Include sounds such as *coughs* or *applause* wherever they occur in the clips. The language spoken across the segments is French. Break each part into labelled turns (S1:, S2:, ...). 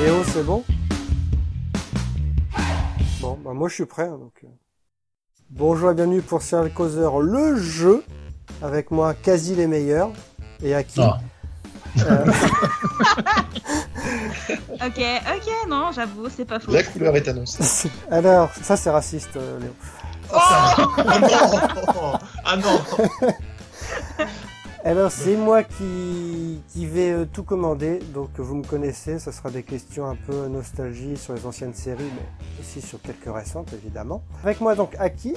S1: Léo, c'est bon Bon, bah moi je suis prêt. hein, donc, euh. Bonjour et bienvenue pour Serial Causeur, le jeu. Avec moi, quasi les meilleurs. Et à qui
S2: Ah.
S1: Euh,
S3: Ok, ok, non, j'avoue, c'est pas faux.
S2: La couleur est annoncée.
S1: *laughs* Alors, ça c'est raciste, euh, Léo.
S2: Ah non Ah non
S1: Alors, c'est moi qui, qui vais euh, tout commander, donc vous me connaissez, ce sera des questions un peu nostalgie sur les anciennes séries, mais aussi sur quelques récentes, évidemment. Avec moi donc Aki,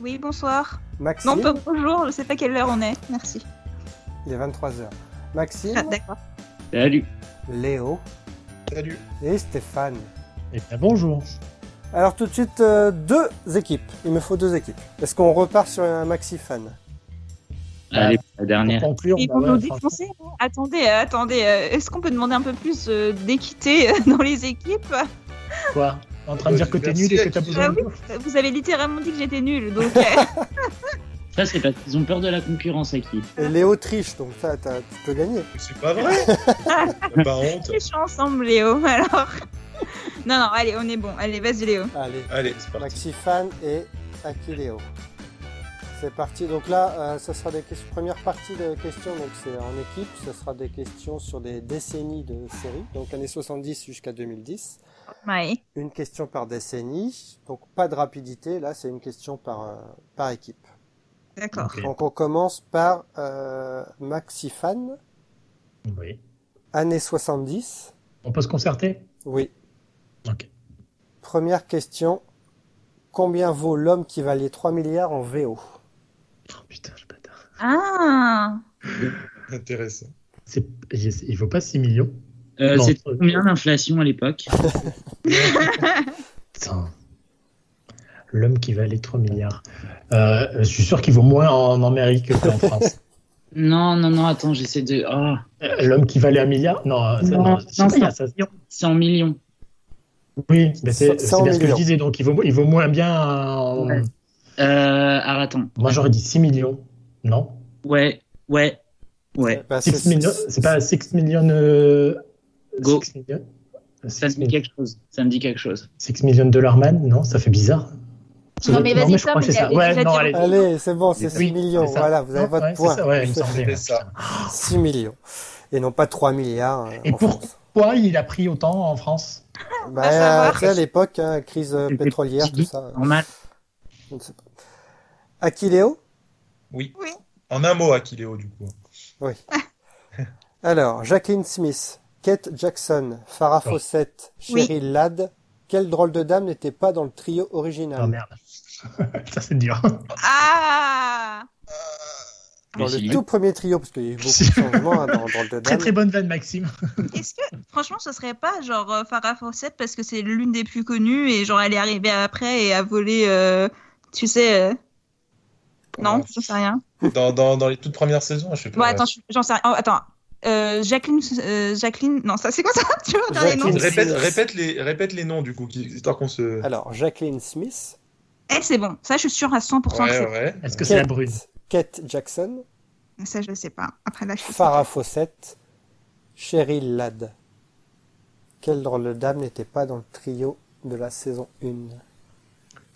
S3: Oui, bonsoir. Non,
S1: Maxime,
S3: pas bonjour, je sais pas quelle heure on est, merci.
S1: il est 23h,
S4: Oh.
S3: Ah,
S1: Maxime,
S3: D'accord.
S5: Salut.
S1: Léo
S2: Salut
S1: et Stéphane.
S4: Eh bien, bonjour.
S1: Alors tout de suite, euh, deux équipes, il me faut deux équipes. Est-ce qu'on repart sur un Maxi-fan
S5: Allez, pour Bah, la
S4: Pour
S5: dernière.
S4: conclure,
S3: Et
S4: bah
S3: vous
S4: ouais,
S3: nous
S4: franchement,
S3: défoncez hein Attendez, euh, attendez, euh, est-ce qu'on peut demander un peu plus euh, d'équité euh, dans les équipes Ah
S4: quoi T'es En train de dire que t'es nul et que t'as besoin de
S3: Vous avez littéralement dit que j'étais nulle, donc...
S4: *laughs*
S3: euh,
S5: Ça, c'est parce qu'ils ont peur de la concurrence à qui
S1: Et Léo triche, donc ça, t'as- tu peux gagner.
S2: C'est pas vrai T'as
S3: *laughs*
S2: pas honte
S3: je suis ensemble, hein, Léo, alors... Non, non, allez, on est bon. Allez, vas-y, Léo.
S1: Allez,
S2: Allez, c'est parti.
S1: Maxi Fan et Akiléo. C'est parti. Donc là, euh, ça sera des questions. Première partie de questions, donc c'est en équipe. Ce sera des questions sur des décennies de séries, donc années 70 jusqu'à 2010.
S3: Ouais.
S1: Une question par décennie, donc pas de rapidité. Là, c'est une question par euh, par équipe.
S3: D'accord.
S4: Ok.
S1: Donc on commence par euh, Maxi Fan,
S4: Oui.
S1: années 70.
S4: On peut se concerter
S1: Oui.
S4: Ok.
S1: Première question. Combien vaut l'homme qui valait 3 milliards en VO
S4: Oh, putain, le bâtard.
S3: Ah
S2: Intéressant.
S4: C'est... Il vaut pas 6 millions.
S5: euh,
S4: Non.
S5: C'était combien l'inflation à l'époque
S4: Putain. L'homme qui valait 3 milliards. Euh, je suis sûr qu'il vaut moins en Amérique qu'en *laughs* France.
S5: Non, non, non, attends, j'essaie de. Ah,
S4: Euh, L'homme qui valait un milliard Non, ça,
S5: Non,
S4: non, je sais
S5: non,
S4: pas,
S5: c'est
S4: ça-
S5: en millions. C'est en millions.
S4: Oui, mais c'est,
S1: Cent- cent
S4: c'est bien ce que je
S1: millions.
S4: disais. Donc, il vaut, il vaut moins bien. en-
S5: Ouais. Euh, alors, attends.
S4: Moi, j'aurais dit 6 millions. Non
S5: Ouais, ouais, ouais.
S1: Bah,
S4: 6 millions. C'est pas 6 millions. euh,
S5: Go.
S4: 6 millions
S5: Ça me dit quelque chose. Ça me dit quelque chose.
S4: 6 millions de dollars man, non, ça fait bizarre.
S3: Non, mais
S4: je
S3: vas-y,
S4: crois
S3: Tom,
S4: que c'est
S3: il a
S4: ça. Ouais,
S3: déjà
S4: non,
S3: dit-
S4: allez.
S1: Allez, c'est bon, c'est
S4: Oui,
S1: 6
S4: c'est
S1: millions.
S4: ça.
S1: Voilà, vous avez
S4: Non,
S1: votre
S4: ouais, c'est
S1: point.
S4: ça, ouais, il me semblait,
S2: C'était
S4: ouais,
S2: ça.
S1: 6 millions. Et non pas 3 milliards. euh,
S4: Et
S1: en
S4: pour-
S1: France.
S4: Pourquoi il a pris autant en France
S3: Ah, ça
S1: bah,
S3: va.
S1: tu sais, à l'époque, hein, crise euh,
S5: C'était
S1: pétrolière, tout
S5: petit,
S1: ça. euh,
S5: Normal.
S1: je ne sais pas. Aquiléo
S2: Oui.
S3: Oui.
S2: En un mot, Akiléo, du coup.
S1: Alors, Jacqueline Smith, Kate Jackson, Farah
S4: Oh.
S1: Fawcett,
S3: Oui.
S1: Cheryl Ladd. Quelle drôle de dame n'était pas dans le trio original
S4: Ah merde. *laughs* ça, c'est dur.
S3: Ah
S1: Dans
S5: Mais si.
S1: le tout premier trio, parce qu'il y a eu beaucoup de changements hein, dans
S3: *laughs*
S1: Drôle de Dame.
S4: Très très bonne vanne, Maxime.
S3: Est-ce que, franchement, ce serait pas genre euh, Farah Fawcett parce que c'est l'une des plus connues et genre elle est arrivée après et a volé, euh, tu sais. euh, Non,
S2: Ouais.
S3: j'en sais rien.
S2: Dans, dans, dans les toutes premières saisons, je sais pas.
S3: Bon, attends, je- j'en sais rien. Oh, attends. Euh, Jacqueline, euh, Jacqueline, non, ça c'est quoi ça *laughs* Tu veux regarder les noms
S1: Jacqueline.
S2: Répète, répète, les, répète les noms, du coup, qui- histoire qu'on se...
S1: Alors, Jacqueline Smith,
S3: Eh, c'est bon, ça je suis sûre à 100% que
S2: Ouais,
S3: c'est.
S2: ouais.
S4: Est-ce que c'est la
S1: Kate-
S4: brune
S1: Kate Jackson,
S3: Ça je sais pas. Après là, je suis
S1: Farah Fawcett, Cheryl Ladd. Quelle drôle de dame n'était pas dans le trio de la saison 1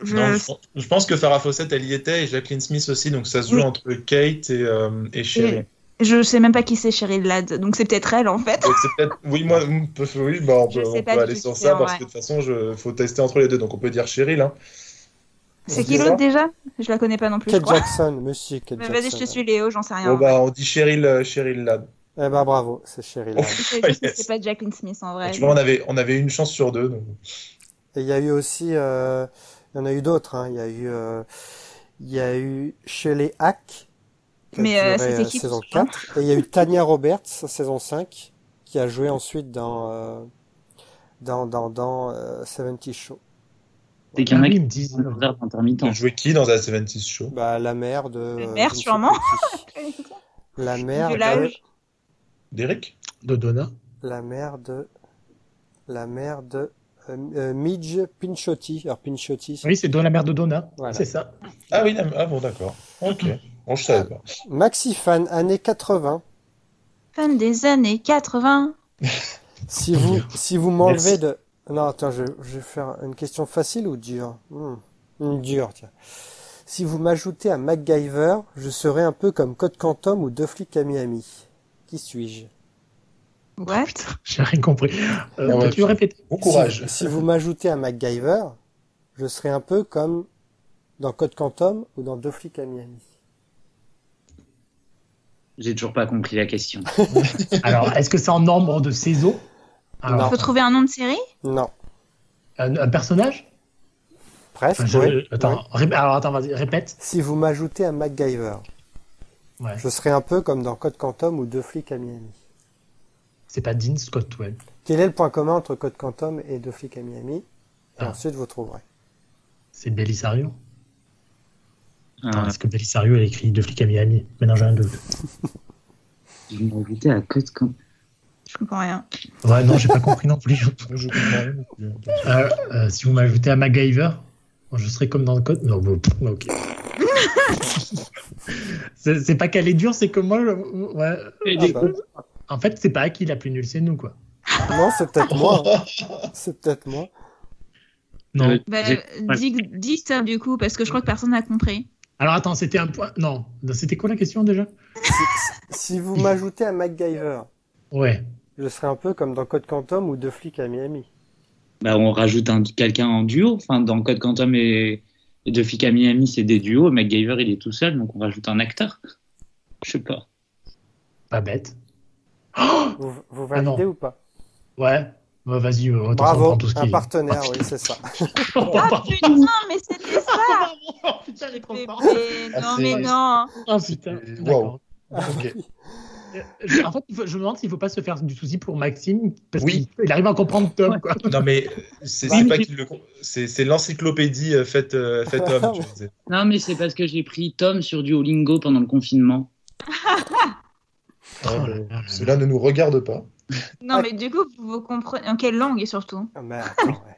S3: Je...
S2: Non, je, pense- je pense que Farah Fawcett, elle y était, et Jacqueline Smith aussi, donc ça se joue
S3: Oui.
S2: entre Kate et, euh, et Sherry.
S3: je sais même pas qui c'est Cheryl Ladd, donc c'est peut-être elle en fait.
S2: Donc c'est peut-être- Oui, moi, on peut, oui, bah, on
S3: Je
S2: peut,
S3: sais
S2: on
S3: pas
S2: peut
S3: du
S2: aller
S3: tout
S2: sur
S3: qui
S2: ça,
S3: c'est,
S2: parce
S3: ouais.
S2: que de toute façon, il faut tester entre les deux, donc on peut dire Cheryl. Hein.
S3: C'est qui l'autre déjà Je la connais pas non plus. je
S1: Kate
S3: crois.
S1: Jackson, monsieur Kate
S3: Mais
S1: Jackson.
S3: vas-y, je te suis Léo, j'en sais rien.
S2: Bon, bah, on dit Cheryl, euh, Cheryl Ladd.
S1: Eh ben bravo, c'est Cheryl Ladd.
S3: Je sais
S2: Ah,
S3: juste que
S2: yes.
S3: c'est pas Jacqueline Smith en vrai.
S2: Tu vois, on avait, on avait une chance sur deux. donc.
S1: Et il y a eu aussi, euh, il y en a eu d'autres. hein. Il y a eu, euh, il y a eu Shelley Hack, qui a
S3: Mais, euh,
S1: duré,
S3: c'était qui,
S1: saison
S3: putain
S1: 4. Et il y a eu Tania Roberts, saison 5, qui a joué ensuite dans euh, dans dans dans euh, 70 Show.
S5: Dès qu'il y en a
S4: Ah oui,
S5: qui
S4: ils me disent.
S5: font leurs heures
S2: On
S5: d'intermittent.
S2: jouait qui dans la 70 Show
S1: Bah la mère de. euh,
S3: mère,
S1: je ne sais
S3: sûrement.
S1: plus qui.
S3: *laughs*
S1: La mère
S3: Du
S1: de,
S3: lage.
S2: Derek
S4: De Donna
S1: la mère de, la mère de euh, euh, Midge Pinchotti. Alors Pinchotti, c'est-
S4: Oui, c'est Donna, la mère de Donna.
S1: Voilà.
S4: C'est ça.
S2: Ah oui, ah bon, d'accord. Ok. Bon, je savais pas.
S1: Maxi fan, années 80.
S3: Femme des années 80.
S1: Si vous, si vous m'enlevez
S4: Merci.
S1: de... Non, attends, je, je vais faire une question facile ou dure? Hmm, Une dure, tiens. Si vous m'ajoutez à MacGyver, je serai un peu comme Code Quantum ou deux flics à Miami. Qui suis-je?
S3: Ouais.
S4: *laughs* J'ai rien compris. Euh,
S2: Non, mais-
S4: Peux-tu répéter
S2: Bon *laughs* courage.
S1: Si, si vous m'ajoutez à MacGyver, je serai un peu comme dans Code Quantum ou dans deux flics à Miami.
S5: J'ai toujours pas compris la question.
S4: Alors, est-ce que c'est en nombre de saisons
S1: Non.
S4: Alors,
S3: Faut trouver un nom de série
S1: Non,
S4: un, un personnage
S1: presque,
S4: Enfin, je-
S1: oui, oui.
S4: attends, ré- Alors, attends, vas-y, répète.
S1: Si vous m'ajoutez à MacGyver,
S4: Ouais.
S1: je serai un peu comme dans Code Quantum ou deux flics à Miami.
S4: C'est pas Dean Scott Webb.
S1: Quel est le point commun entre Code Quantum et deux flics à Miami? Et
S4: Ah.
S1: ensuite, vous trouverez.
S4: C'est Belisario. Attends,
S5: Euh,
S4: Est-ce que Belisario elle écrit deux flics à Miami Maintenant j'ai un doute.
S5: je me goûtais à Code Quantum.
S3: Je comprends rien.
S4: Ouais, non, j'ai pas compris non plus.
S6: Moi, *laughs* je comprends rien non plus, hein.
S4: Euh, euh, si vous m'ajoutez à MacGyver, je serai comme dans le code. Non, bon, pff, ok.
S6: *laughs*
S4: c'est c'est pas qu'elle est dure, c'est que moi, je- ouais.
S1: Ah bah.
S4: En fait, c'est pas qui la plus nulle, c'est nous, quoi.
S1: Non, c'est peut-être moi.
S4: *laughs*
S1: hein. C'est peut-être moi.
S4: Non.
S5: Euh,
S3: Bah,
S5: j'ai-
S3: euh, dis, dis ça du coup, parce que je crois que personne n'a compris.
S4: Alors attends, c'était un point. Non, c'était quoi la question déjà
S1: Si vous m'ajoutez à MacGyver,
S4: Ouais.
S1: je serai un peu comme dans Code Quantum ou deux flics à Miami.
S5: bah, on rajoute un- quelqu'un en duo. Enfin, dans Code Quantum et, et Deux flics à Miami, c'est des duos. MacGyver, il est tout seul, donc on rajoute un acteur. Je sais pas.
S4: Pas bête.
S1: Vous, vous
S4: Ah non.
S1: validez ou pas
S4: Ouais. Bah, vas-y, euh, de toute façon, on
S1: Bravo,
S4: prend tout ce qui
S1: un
S4: est-
S1: partenaire, oui, c'est ça. Oh,
S3: Ah putain, mais
S1: *laughs*
S3: c'était ça
S4: putain, les
S3: Mais-
S4: transparents.
S3: mais
S2: Ah,
S3: Non,
S2: c'est-
S3: mais non
S4: Ah, putain.
S6: Wow.
S4: D'accord.
S6: Ok.
S4: Je- En fait, il faut- je me demande s'il faut pas se faire du souci pour Maxime, parce
S2: Oui.
S4: qu'il il arrive à comprendre Tom, quoi.
S2: Non, mais euh, c'est
S4: Oui,
S2: c'est
S4: mais-
S2: pas qu'il le con- c'est c'est l'encyclopédie euh, faite *laughs* euh, faite homme. tu disais.
S5: Non, mais c'est parce que j'ai pris Tom sur Duolingo pendant le confinement.
S6: Ah, mais Cela ne nous regarde pas.
S3: Non, mais du coup, vous comprenez. En quelle langue, surtout
S1: Ah, mais attends, ouais.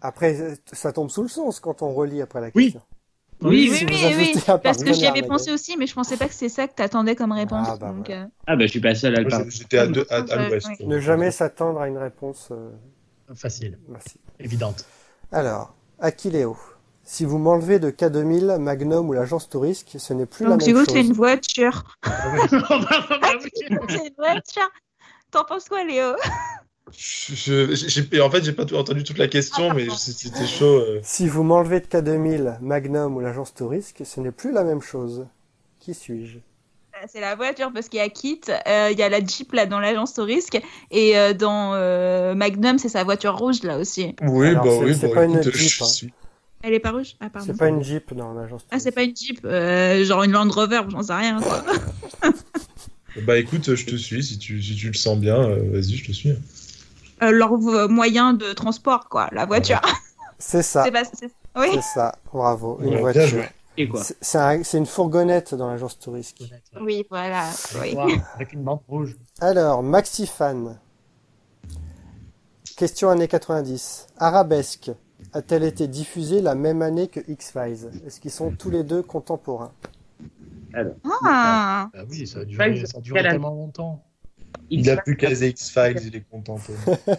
S1: Après, euh, ça tombe sous le sens quand on relit après la
S4: Oui.
S1: question.
S4: Oui,
S5: Oui,
S1: si
S3: oui,
S1: vous
S3: oui,
S1: ajoutez
S3: oui,
S1: un
S3: Parce que
S1: partenaire,
S3: j'y avais
S1: la
S3: pensé aussi, mais je pensais pas que c'est ça que t'attendais comme réponse.
S1: Ah, bah,
S3: donc, euh,
S5: Ah, bah, je suis pas seul à le
S2: Moi,
S5: parler.
S2: j'ai- J'étais à deux à, à
S3: Ouais,
S2: l'ouest.
S3: ouais.
S1: gueule. Ne jamais s'attendre à une réponse. euh,
S4: Facile,
S1: merci.
S4: *laughs* évidente.
S1: Alors, Aquileo. Si vous m'enlevez de K2000, Magnum ou l'agence Touriste, ce n'est plus la
S3: Donc, du
S1: même
S3: coup, c'est
S1: chose.
S3: une voiture. *laughs*
S4: Bah,
S3: c'est une voiture T'en penses quoi, Léo
S2: Je- je- j'ai- en fait, j'ai pas tout entendu toute la
S3: Ah,
S2: question, mais c'est- c'était chaud. euh.
S1: Si vous m'enlevez de K2000, Magnum ou l'agence Touriste, ce n'est plus la même chose. Qui suis-je
S3: Bah, C'est la voiture parce qu'il y a Kit, euh, il y a la Jeep là dans l'agence au risque et euh, dans euh, Magnum c'est sa voiture rouge là aussi.
S2: Oui,
S1: Alors,
S2: bah
S1: c'est-
S2: oui,
S1: c'est
S2: bah,
S1: pas une
S2: écoute,
S1: Jeep,
S2: je
S1: hein.
S2: suis-
S3: Elle est pas rouge Ah pardon.
S1: C'est pas une Jeep dans l'agence
S3: Ah c'est
S1: Touriste.
S3: pas une Jeep, euh, genre une Land Rover, j'en sais rien. quoi.
S2: Bah écoute, je te suis si tu, si tu le sens bien, euh, vas-y, je te suis.
S3: Euh, leur vo- moyen de transport quoi, la voiture.
S1: C'est ça.
S3: c'est pas. c'est- Oui.
S1: C'est ça, bravo, une
S6: Ouais, bien
S1: voiture.
S6: joué.
S5: Et quoi
S1: C'est- C'est un- c'est une fourgonnette dans l'agence touristique.
S3: Oui voilà. Oui.
S4: Avec une bande rouge.
S1: Alors, Maxifan. Question années 90. Arabesque a-t-elle été diffusée la même année que X-Files Est-ce qu'ils sont tous les deux contemporains
S3: Ah.
S4: Bah oui, ça a
S5: Ouais,
S4: duré, ça a duré
S5: quelle année
S4: tellement longtemps.
S2: Il a plus qu'à les X-Files, il est content. toi.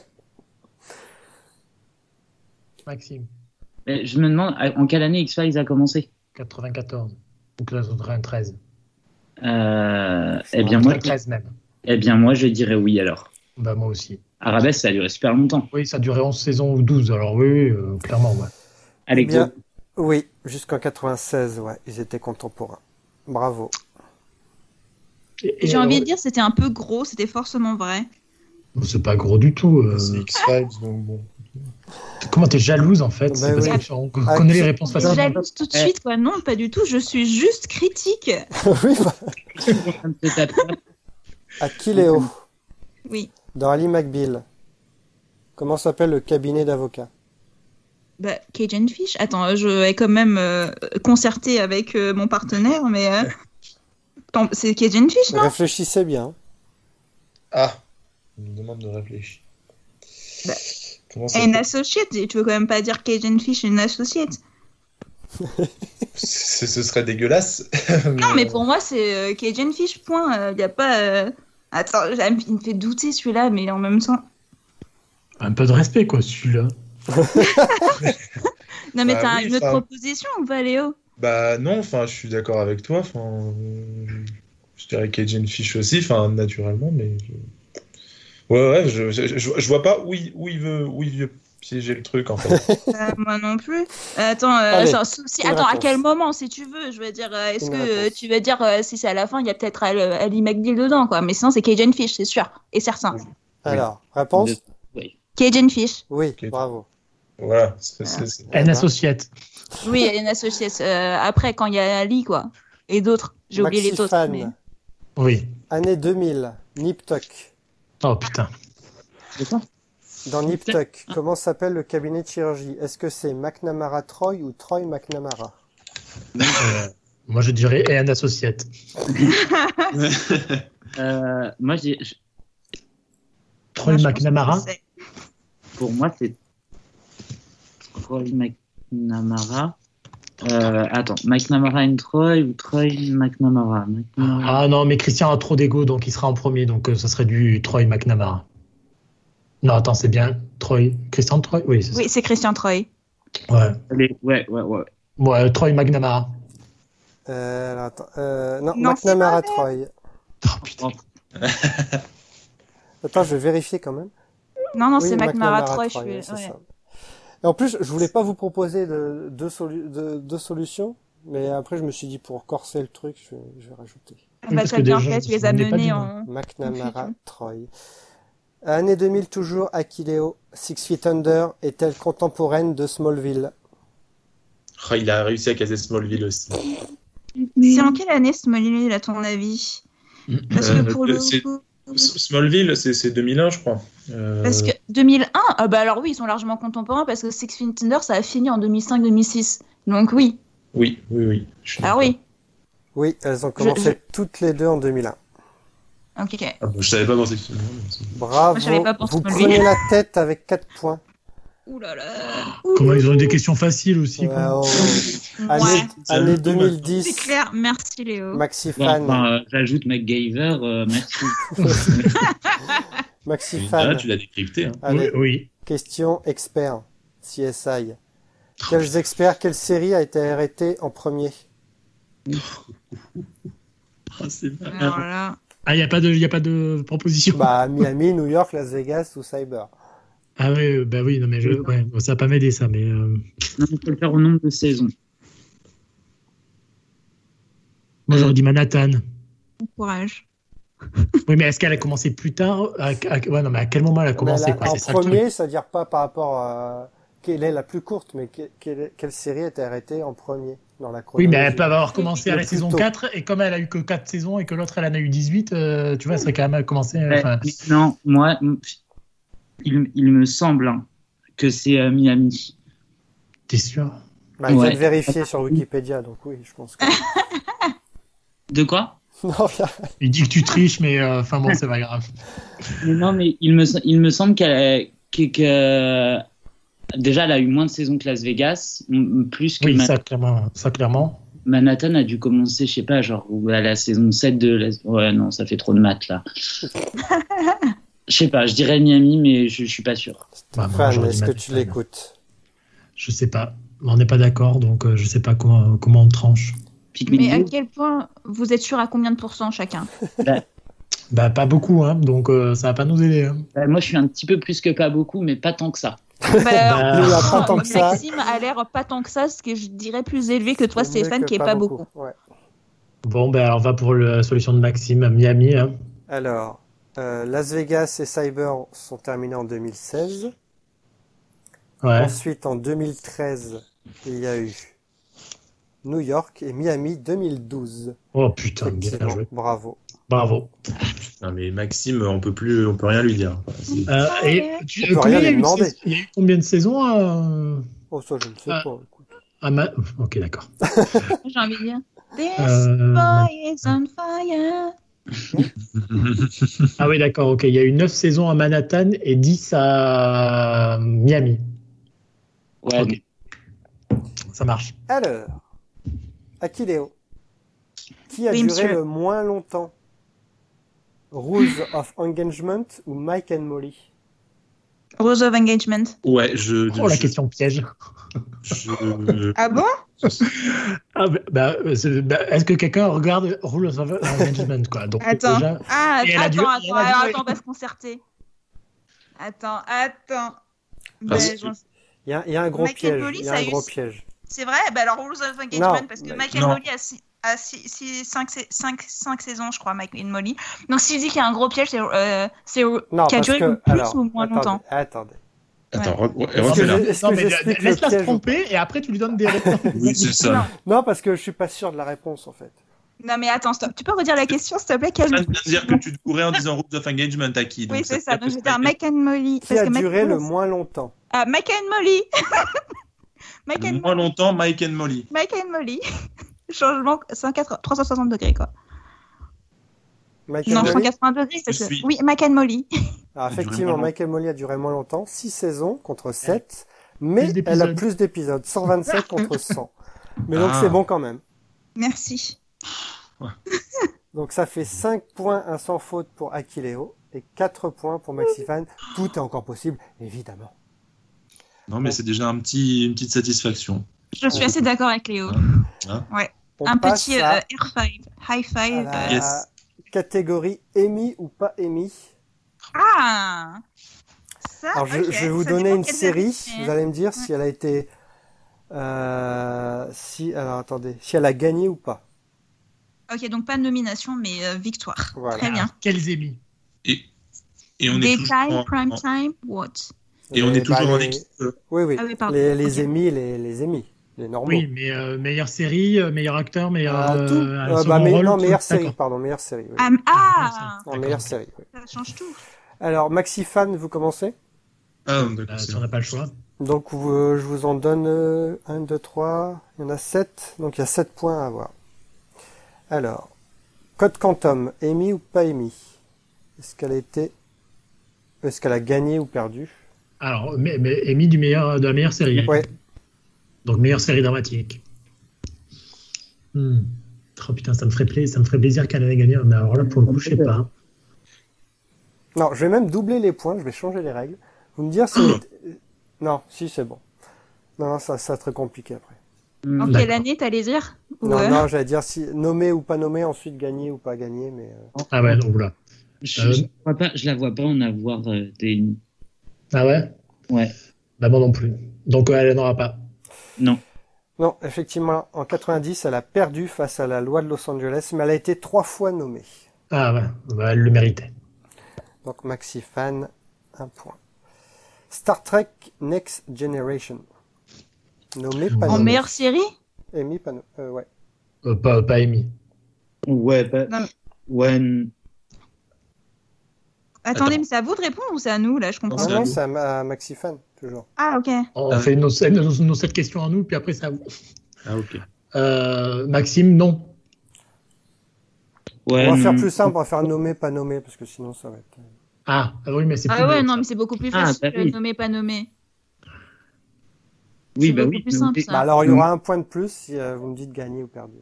S4: Maxime,
S5: Mais Je me demande à- en quelle année X-Files a commencé
S4: 94. Ou 93.
S5: Euh, eh, bien, moi,
S4: 93 même.
S5: eh bien, moi, je dirais oui alors.
S4: Bah moi aussi.
S5: Arabesque, ça a duré super longtemps.
S4: Oui, ça a duré 11 saisons ou 12, alors oui, oui, euh, clairement, ouais.
S5: Avec
S1: Bien. Oui, jusqu'en 96, ouais, ils étaient contemporains. Bravo. *laughs*
S4: Et- euh, et
S3: J'ai
S4: alors,
S1: euh,
S3: envie de dire c'était un peu gros, c'était forcément vrai.
S4: bon, C'est pas gros du tout. euh,
S2: C'est X-Files, donc bon.
S4: Comment t'es jalouse en fait
S1: Bah
S4: C'est parce
S1: oui.
S4: que tu- on
S1: Ah,
S4: connaît
S1: tu-
S4: les réponses
S1: Bah,
S4: faciles.
S3: Jalouse tout de suite quoi, non pas du tout, je suis juste critique.
S1: oui, bah, à qui Léo
S3: Oui.
S1: Dans Ali McBeal. Comment s'appelle le cabinet d'avocats
S3: Bah, Cajun Fish. Attends, je vais quand même euh, concerter avec euh, mon partenaire, mais euh, attends, c'est Cajun Fish, non
S1: Réfléchissez bien.
S2: Ah, il nous demande de réfléchir.
S3: Bah,
S2: Comment ça
S3: Et une
S2: peut-
S3: associate. Tu veux quand même pas dire Cajun Fish et une associate
S2: *laughs* Ce ce serait dégueulasse.
S3: Non, mais pour moi c'est euh, Cajun Fish. Point. Il y a pas. euh, Attends, il me fait douter celui-là, mais en même temps.
S4: Un peu de respect, quoi, celui-là.
S3: Non, mais
S2: Bah
S3: t'as
S2: oui,
S3: une autre
S2: ça.
S3: proposition ou pas, Léo
S2: Bah non, enfin, je suis d'accord avec toi. Enfin, euh, je dirais Cajun Fish aussi, enfin, naturellement, mais. je- Ouais, ouais, je, je, je- je vois pas où il, où il veut, où il veut piéger le truc, en *laughs* fait.
S3: Euh, Moi non plus. Euh, Attends, euh,
S1: Allez,
S3: ça- sauf si-
S1: une
S3: attends à
S1: réponse.
S3: quel moment, si tu veux Je veux dire, euh, est-ce
S1: Une
S3: que
S1: réponse.
S3: euh, tu vas dire euh, si c'est à la fin, il y a peut-être Ali, Ali McDill dedans, quoi. Mais sinon, c'est Cajun Fish, c'est sûr et certain.
S1: Alors, réponse
S5: De- oui.
S3: Cajun Fish.
S1: Oui,
S2: Ok.
S1: bravo.
S2: voilà. c'est- c'est- c'est-
S4: N associate.
S3: Oui, une associée. euh, après, quand il y a Ali, quoi. Et d'autres. J'ai oublié les
S1: Maxi
S3: autres.
S1: Fan,
S3: mais-
S4: Oui.
S1: année 2000, Nip Tuck.
S4: Oh putain.
S5: De quoi
S1: Dans Nip
S3: *laughs*
S1: Tuck,
S3: Ah.
S1: comment s'appelle le cabinet de chirurgie Est-ce que c'est McNamara Troy ou Troy McNamara
S4: Euh, moi, je dirais N associate.
S5: Euh, moi, j'ai- je-
S4: Troy
S3: Moi, je pense
S4: McNamara.
S3: que c'est-
S5: pour moi, c'est Troy McNamara. Euh, attends, McNamara and Troy ou Troy McNamara, McNamara.
S4: Ah non, mais Christian a trop d'ego, donc il sera en premier, donc euh, ça serait du Troy McNamara. Non, attends, c'est bien. Troy. Christian Troy Oui, c'est
S3: Oui, c'est Christian Troy.
S4: ça. Ouais.
S5: Allez, ouais, ouais, ouais.
S4: Bon, euh, Troy McNamara.
S1: euh, alors, attends, euh, non,
S3: Non, c'est
S1: McNamara Troy.
S4: Oh putain.
S1: Attends, je vais vérifier quand même.
S3: Non, non,
S1: Oui,
S3: c'est McNamara, Troy.
S1: Troy,
S3: je
S1: oui,
S3: suis-
S1: c'est
S3: ouais.
S1: ça. Et en plus, je voulais pas vous proposer de, deux solu- de- deux solutions, mais après je me suis dit pour corser le truc, je, vais- je vais rajouter
S3: Ah bah,
S4: Parce
S3: t'as
S4: que
S3: bien
S4: déjà,
S3: fait, tu les
S4: je
S3: as
S4: n'ai pas dit
S3: menés
S4: non.
S3: en. *laughs*
S1: McNamara
S3: Confusion.
S1: Troy. Année 2000 toujours, Aquileo, Six Feet Under est-elle contemporaine de Smallville
S2: Oh, il a réussi à caser Smallville aussi.
S3: C'est en quelle année Smallville, à ton avis Parce que
S2: Euh,
S3: pour le
S2: c'est-
S3: coup-
S2: S- Smallville, c'est c'est 2001, je crois. Euh,
S3: Parce que 2001, ah bah alors oui, ils sont largement contemporains parce que Six Feet Under, ça a fini en 2005-2006. Donc oui,
S2: Oui, oui, oui. je
S7: Mm.
S2: suis
S3: ah oui,
S1: Oui, elles ont commencé toutes les deux en 2001.
S3: ok.
S2: Ah bon, je savais pas penser que c'était
S1: Bravo,
S3: Moi, j'avais pas pensé
S1: vous
S3: à lui.
S1: prenez la tête avec 4 points.
S3: Ouh là là.
S4: Comment ils ont eu des questions faciles aussi. quoi.
S1: Wow.
S3: Ouais,
S1: Euh, oh, Année,
S2: Ça
S1: année
S2: me touche.
S3: c'est
S1: 2010,
S3: clair, merci Léo.
S1: Maxi
S5: Bon,
S1: Fan.
S5: enfin, euh, j'ajoute MacGyver, euh, merci.
S1: Maxi
S2: Là,
S1: Fan.
S2: tu l'as décrypté. hein.
S1: Allez,
S4: Oui, oui.
S1: question expert, CSI.
S4: Oh,
S1: Quels experts, quelle série a été arrêtée en
S4: *laughs*
S1: premier
S2: Ah, c'est mal.
S5: Euh,
S3: Alors là,
S4: Ah, il n'y a, pas de- y a pas de proposition.
S1: Bah, Miami, New York, Las Vegas ou Cyber.
S4: Ah oui, euh, bah oui, non mais je, ouais, bon, ça va pas m'aider ça, mais euh,
S5: Non, il faut le faire au nombre de saisons.
S4: moi j'aurais dit Manhattan.
S3: bon courage.
S4: Oui, mais est-ce qu'elle a commencé plus tard à, à- ouais, non, mais à quel moment elle a
S1: Mais
S4: commencé
S1: la-
S4: quoi,
S1: Bah, en
S4: c'est ça, le truc.
S1: premier, c'est-à-dire pas par rapport à quelle est la plus courte, mais que- quelle, quelle série a été arrêtée en premier dans la
S4: Oui,
S1: chronologie
S4: mais elle peut avoir commencé à la
S1: Le plus
S4: saison
S1: tôt.
S4: 4, et comme elle a eu que 4 saisons et que l'autre elle en a eu 18, euh, tu vois, ça a quand même commencé. euh,
S5: Ouais,
S4: enfin,
S5: mais non, moi, m- il, il me semble hein, que c'est euh, Miami.
S4: T'es sûr
S1: Bah, il vient
S5: Ouais.
S1: de vérifier sur Wikipédia, donc oui, je
S3: *laughs*
S1: pense que... *laughs*
S5: De quoi
S1: non, rien.
S4: Il dit que tu triches, mais euh, enfin bon, c'est pas grave.
S5: Mais Non, mais il me, se- il me semble qu'elle a- que, que- déjà, elle a eu moins de saisons que Las Vegas, m- m- plus que
S4: Oui,
S5: Ma-
S4: ça clairement. Ça, clairement.
S5: Manhattan a dû commencer, je sais pas, genre ou à la saison 7 de Las... Ouais, non, ça fait trop de maths,
S3: *laughs*
S5: là. Je sais pas, je dirais Miami, mais je, je suis pas sûr.
S4: Bah, moi,
S1: Fan,
S4: j'aurais dit
S1: est-ce que
S4: Manhattan.
S1: tu l'écoutes
S4: Je sais pas. On n'est pas d'accord, donc euh, je sais pas comment, comment on tranche.
S5: Pikmin
S3: Mais à
S5: Blue,
S3: quel point vous êtes sûr à combien de pourcents
S1: *laughs*
S3: chacun
S4: Bah, pas beaucoup, hein, donc euh, ça va pas nous aider. hein.
S5: bah, moi, je suis un petit peu plus que pas beaucoup, mais pas tant que ça.
S3: bah,
S4: Bah,
S1: Il a
S3: alors,
S1: pas tant que ça.
S3: Maxime a l'air pas tant que ça, ce que je dirais plus élevé que toi,
S1: C'est mieux
S3: Stéphane,
S1: que
S3: qui est pas beaucoup.
S1: Ouais.
S4: Bon, ben alors on va pour la solution de Maxime à Miami. hein.
S1: Alors, euh, Las Vegas et Cyber sont terminés en 2016.
S4: Ouais.
S1: Ensuite, en 2013, il y a eu New York et Miami 2012.
S4: Oh putain, bien
S1: Effectivement,
S4: joué.
S1: Bravo.
S4: Bravo.
S2: Non, mais Maxime, on peut plus, on peut rien lui dire. C'est-
S4: Euh, et tu-
S1: On peut rien
S4: combien il y a
S1: lui
S4: eu de
S1: demander.
S4: saisons- Il y a eu combien de saisons euh,
S1: Oh, ça, je ne sais
S4: Ah.
S1: pas. écoute.
S4: à Ma- Ok, d'accord.
S3: J'ai envie de dire. This
S4: Euh,
S3: boy is on fire.
S4: Ah oui, d'accord, ok. Il y a eu 9 saisons à Manhattan et 10 à euh, Miami.
S5: Ouais,
S4: Ok. Ça marche.
S1: Alors, Aquileo, qui a
S3: Oui,
S1: duré
S3: monsieur.
S1: le moins longtemps Rules of Engagement ou Mike and Molly
S3: Rules of Engagement.
S2: Ouais, je.
S4: Oh, la
S2: je-
S4: question piège.
S2: je-
S3: Ah bon
S4: Ah, bah, bah, euh, c'est- bah, Est-ce que quelqu'un regarde Rules of Engagement quoi
S1: *laughs*
S4: Donc,
S3: Attends.
S4: déjà,
S3: Ah,
S4: Et elle a
S3: attends,
S4: dû- elle
S3: attends,
S4: a dû-
S3: attends, attends, on va se concerter. Attends, attends. Ben,
S2: c'est-
S3: j'en-
S1: Il y a, il y a un gros
S3: Michael
S1: piège.
S3: Police
S1: il y a un
S3: a eu
S1: gros
S3: ce-
S1: piège.
S3: C'est vrai Ben alors, Rules of Engagement,
S1: Non.
S3: parce que
S1: Mais-
S3: Michael
S2: non.
S3: Molly a 5 saisons, je crois, Michael Molly. Donc, s'il dit qu'il y a un gros piège, c'est. Euh, c'est-
S1: Non,
S3: qui a
S1: parce
S3: duré
S1: que.
S3: plus
S1: alors,
S3: ou moins
S1: attendez,
S3: longtemps
S1: Attendez.
S2: Attends, re- ouais,
S1: Est-ce que
S2: refais-la.
S1: je- est-ce
S4: Non,
S1: que
S4: mais
S1: j'explique le
S4: laisse-la se
S1: piège ou- Ah,
S4: tromper et après tu lui donnes des réponses.
S2: Oui, c'est ça.
S1: Non, parce que je suis pas sûr de la réponse en fait.
S3: Non, mais attends, stop. Tu peux redire la question, s'il te plaît,
S2: Ça
S3: Camille
S2: vient de dire que tu te courais en disant Rules of Engagement à qui donc
S3: Oui, c'est ça.
S2: veut
S3: Donc,
S2: dire
S3: j'étais un
S2: que-
S3: Michael Molly.
S1: Qui
S3: parce
S1: a
S3: que
S1: duré
S3: Michael-
S1: le moins longtemps
S3: Ah, Michael Molly *laughs* Michael
S2: Moins longtemps, Mike and Molly.
S3: Mike and Molly. *laughs* Changement 180 360 degrés, quoi.
S1: Michael
S3: Non,
S1: Molly
S3: 180 degrés, c'est
S2: Je
S3: que...
S2: suis-
S3: Oui, Mike and Molly. *laughs*
S2: Ça a duré
S1: Alors, Ah, effectivement,
S2: moins longtemps.
S1: Michael Molly a duré moins longtemps, 6 saisons contre 7, mais
S4: Plus
S1: elle a
S4: d'épisodes.
S1: plus d'épisodes,
S3: *laughs*
S1: 127 contre 100. Mais donc
S2: Ah.
S1: c'est bon quand même.
S3: Merci.
S1: Donc ça fait 5 points un sans faute pour Aquileo et 4 points pour Maxifan. Tout est encore possible, évidemment.
S2: Non, mais c'est déjà un petit, une petite satisfaction.
S3: Je suis assez d'accord avec Léo.
S1: On
S3: Un
S1: passe
S3: petit
S1: à,
S3: euh, air five, high
S1: à
S3: five.
S1: la
S3: euh.
S2: Yes.
S1: catégorie émis ou pas émis.
S3: Ah Ça,
S1: Alors je,
S3: Ah, ok,
S1: je vais vous
S3: ça
S1: donner
S3: dépend
S1: une
S3: quelle
S1: série.
S3: série
S1: Vous allez me dire si elle a été, euh, si alors attendez, si elle a gagné ou pas.
S3: c'est. Ok, donc pas de nomination, mais euh, victoire.
S1: Voilà.
S3: Très bien.
S4: Quels émis
S2: Et, et on est toujours,
S3: Daytime,
S2: en,
S3: prime
S2: en-
S3: time, what
S2: et on est
S1: bah,
S2: toujours en
S1: les-
S2: équipe. euh,
S1: Oui oui.
S3: Ah oui, pardon.
S1: les, les
S3: Ok.
S1: émis, les, les émis, les normaux.
S4: Oui, mais euh, meilleure série, euh, meilleur acteur, meilleur.
S1: Euh, tout.
S4: euh,
S1: Euh,
S4: second
S1: bah, mais-
S4: rôle,
S1: non,
S4: tout.
S1: meilleure série,
S4: D'accord.
S1: pardon, meilleure série. oui.
S3: Ah, ah,
S1: Non, meilleure
S4: d'accord.
S1: série. oui.
S3: ça change tout.
S1: Alors, Maxi Fan, vous commencez
S2: Ah, d'accord,
S4: Euh,
S2: c'est
S4: si on
S2: bon.
S4: n'a pas le choix.
S1: Donc, vous- euh, je vous en donne euh, 1, 2, 3, il y en a 7, donc il y a 7 points à avoir. Alors, Code Quantum, émis ou pas émis Est-ce qu'elle a été. Est-ce qu'elle a gagné ou perdu
S4: Alors, mais, mais émis du meilleur, de la meilleure série.
S1: Ouais.
S4: Donc meilleure série dramatique. Hmm. Oh putain, ça me ferait plaisir, ça me ferait plaisir qu'elle allait gagner. Mais alors là, pour le coup, je sais pas.
S1: Non, je vais même doubler les points, je vais changer les règles. Vous me dire si. euh, *coughs* non, si, c'est bon. Non, non, ça, ça va être très compliqué après.
S3: En
S4: D'accord.
S3: quelle année t'allais dire euh,
S1: Non,
S3: Ouais.
S1: non, j'allais dire si nommé ou pas nommé, ensuite gagné ou pas gagné, mais. euh,
S4: Ah ouais, donc voilà.
S5: Je,
S4: Euh,
S5: je la vois pas, je la vois pas en avoir euh, des.
S4: Ah ouais
S5: Ouais.
S4: Bah moi non plus. Donc euh, elle n'en aura pas.
S1: Non, effectivement, en 90, elle a perdu face à la loi de Los Angeles, mais elle a été trois fois nommée.
S4: Ah ouais, bah, elle le méritait.
S1: Donc Maxi Fan, un point. Star Trek Next Generation. Nommé pas
S3: En
S1: nommé.
S3: meilleure série
S1: Amy pas nommé. Euh, ouais.
S4: Euh, pas, pas émis.
S5: Ouais, bah, pas.
S3: Non.
S5: Ouais, n-
S3: Attendez,
S2: Attends.
S3: mais c'est à vous de répondre ou c'est à nous, là Je comprends
S1: Non,
S2: c'est
S3: pas.
S2: à
S1: non,
S2: vous.
S1: c'est à, Ma- à Maxi Fan, toujours.
S3: Ah, ok.
S4: On
S2: Ah ouais.
S4: fait nos, sept- nos, nos sept questions à nous, puis après ça.
S2: Ah, ok.
S4: Euh, Maxime, non.
S5: ouais,
S1: on va faire
S5: non.
S1: plus simple, on va faire nommé, pas nommé, parce que sinon ça va être.
S4: Ah, ah oui, mais c'est plus
S3: Ah ouais,
S4: beau,
S3: non,
S4: ça.
S3: mais c'est beaucoup plus
S5: Ah,
S3: facile,
S5: bah oui.
S3: nommé, pas nommé.
S5: Oui,
S3: c'est
S5: bah
S3: beaucoup
S5: oui.
S3: plus
S5: mais-
S3: simple, ça.
S1: Bah alors il y aura
S4: Mm.
S1: un point de plus si euh, vous me dites gagné ou perdu.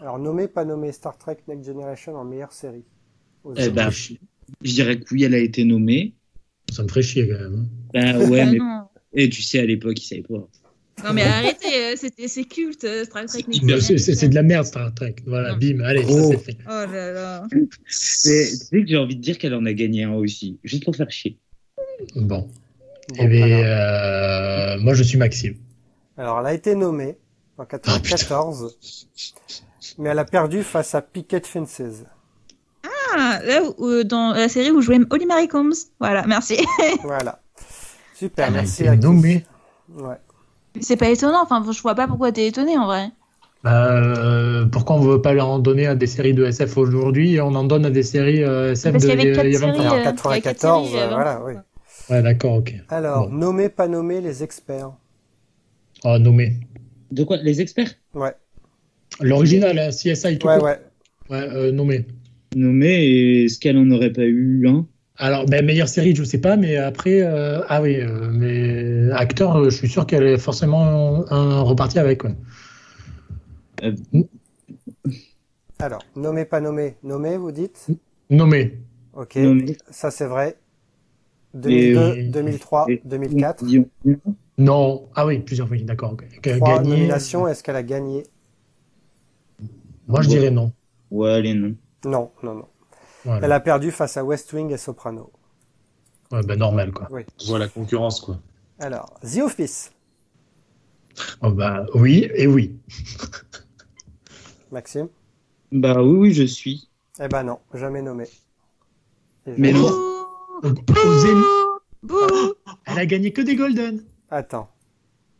S1: Alors nommé, pas nommé, Star Trek Next Generation en meilleure série. Aux
S5: Eh ben, je je dirais que oui, elle a été nommée.
S4: Ça me ferait chier quand même. hein.
S3: *laughs*
S5: Bah
S3: Ah,
S5: ouais, mais.
S3: non.
S5: Et tu sais, à l'époque, ils savaient pas.
S3: non, mais arrêtez, euh, c'était- c'est culte, euh, Star Trek.
S2: C'est
S3: Next
S2: hyper-
S4: C'est c'est- c'est de
S3: Generation.
S4: la merde, Star Trek. Voilà,
S3: Non.
S4: bim, allez,
S5: Gros.
S4: ça c'est fait.
S3: Oh là là.
S5: C'est tu sais que j'ai envie de dire qu'elle en a gagné un aussi, juste pour faire chier.
S4: Bon.
S1: Bon,
S4: Eh bien,
S1: alors.
S4: euh, moi je suis Maxime.
S1: Alors, elle a été nommée
S4: Ah,
S1: en 94, mais elle a perdu face à Picket Fences.
S3: Ah, là, où- euh, dans la série où jouait Holly Marie Combs. Voilà, merci.
S1: Voilà. Super,
S4: Elle a
S1: Ah, merci.
S4: été
S1: Aki.
S4: nommée.
S1: Ouais.
S3: *laughs* C'est pas étonnant, enfin, je vois pas pourquoi t'es étonné en vrai.
S4: Euh, pourquoi on ne veut pas leur en donner à des séries de SF aujourd'hui et on en donne à des séries euh, SF
S3: Parce
S4: de,
S3: qu'il y avait quatre
S4: il y a 20
S3: séries.
S4: ans
S1: Alors,
S3: euh,
S1: 94,
S3: il y a quatre séries,
S1: euh,
S3: euh,
S1: voilà,
S3: avant,
S1: oui.
S3: quoi.
S4: Ouais, d'accord, ok.
S1: Alors,
S4: Bon.
S1: nommé, pas nommé, les experts.
S4: Oh, nommé.
S5: De quoi Les experts
S1: Ouais,
S4: L'original, hein, CSI, tout
S1: ouais,
S4: court.
S1: ouais.
S4: Ouais, euh, nommé.
S5: Nommé, est-ce euh, qu'elle en aurait pas eu hein. un
S4: Alors, ben, meilleure série, je ne sais pas, mais après, euh, ah oui, euh, mais acteur, euh, je suis sûr qu'elle est forcément un, un reparti avec. ouais.
S1: Alors, nommé, pas nommé, nommé, vous dites
S4: Mm. Nommé.
S1: Ok,
S5: Nommé.
S1: ça c'est vrai.
S5: Et-
S1: 2002, 2003,
S5: et-
S1: 2004.
S5: Dion.
S4: Non. Ah oui, plusieurs fois, d'accord. ok. Gagné.
S1: Trois nominations, est-ce qu'elle a gagné
S4: Moi, je dirais non.
S5: Ouais, allez, non.
S1: Non, non, non.
S4: Voilà.
S1: Elle a perdu face à West Wing et Soprano.
S4: Ouais, bah, normal, quoi.
S7: Voilà la concurrence, quoi.
S1: Alors, The Office,
S4: Oh, bah, oui et oui.
S1: Maxime
S5: Bah oui, oui, je suis.
S1: Eh ben non, jamais nommé. Et je-
S5: Mais non.
S4: Aux- aux Emmy-
S3: Bouh Bouh
S4: Elle a gagné que des Golden.
S1: Attends,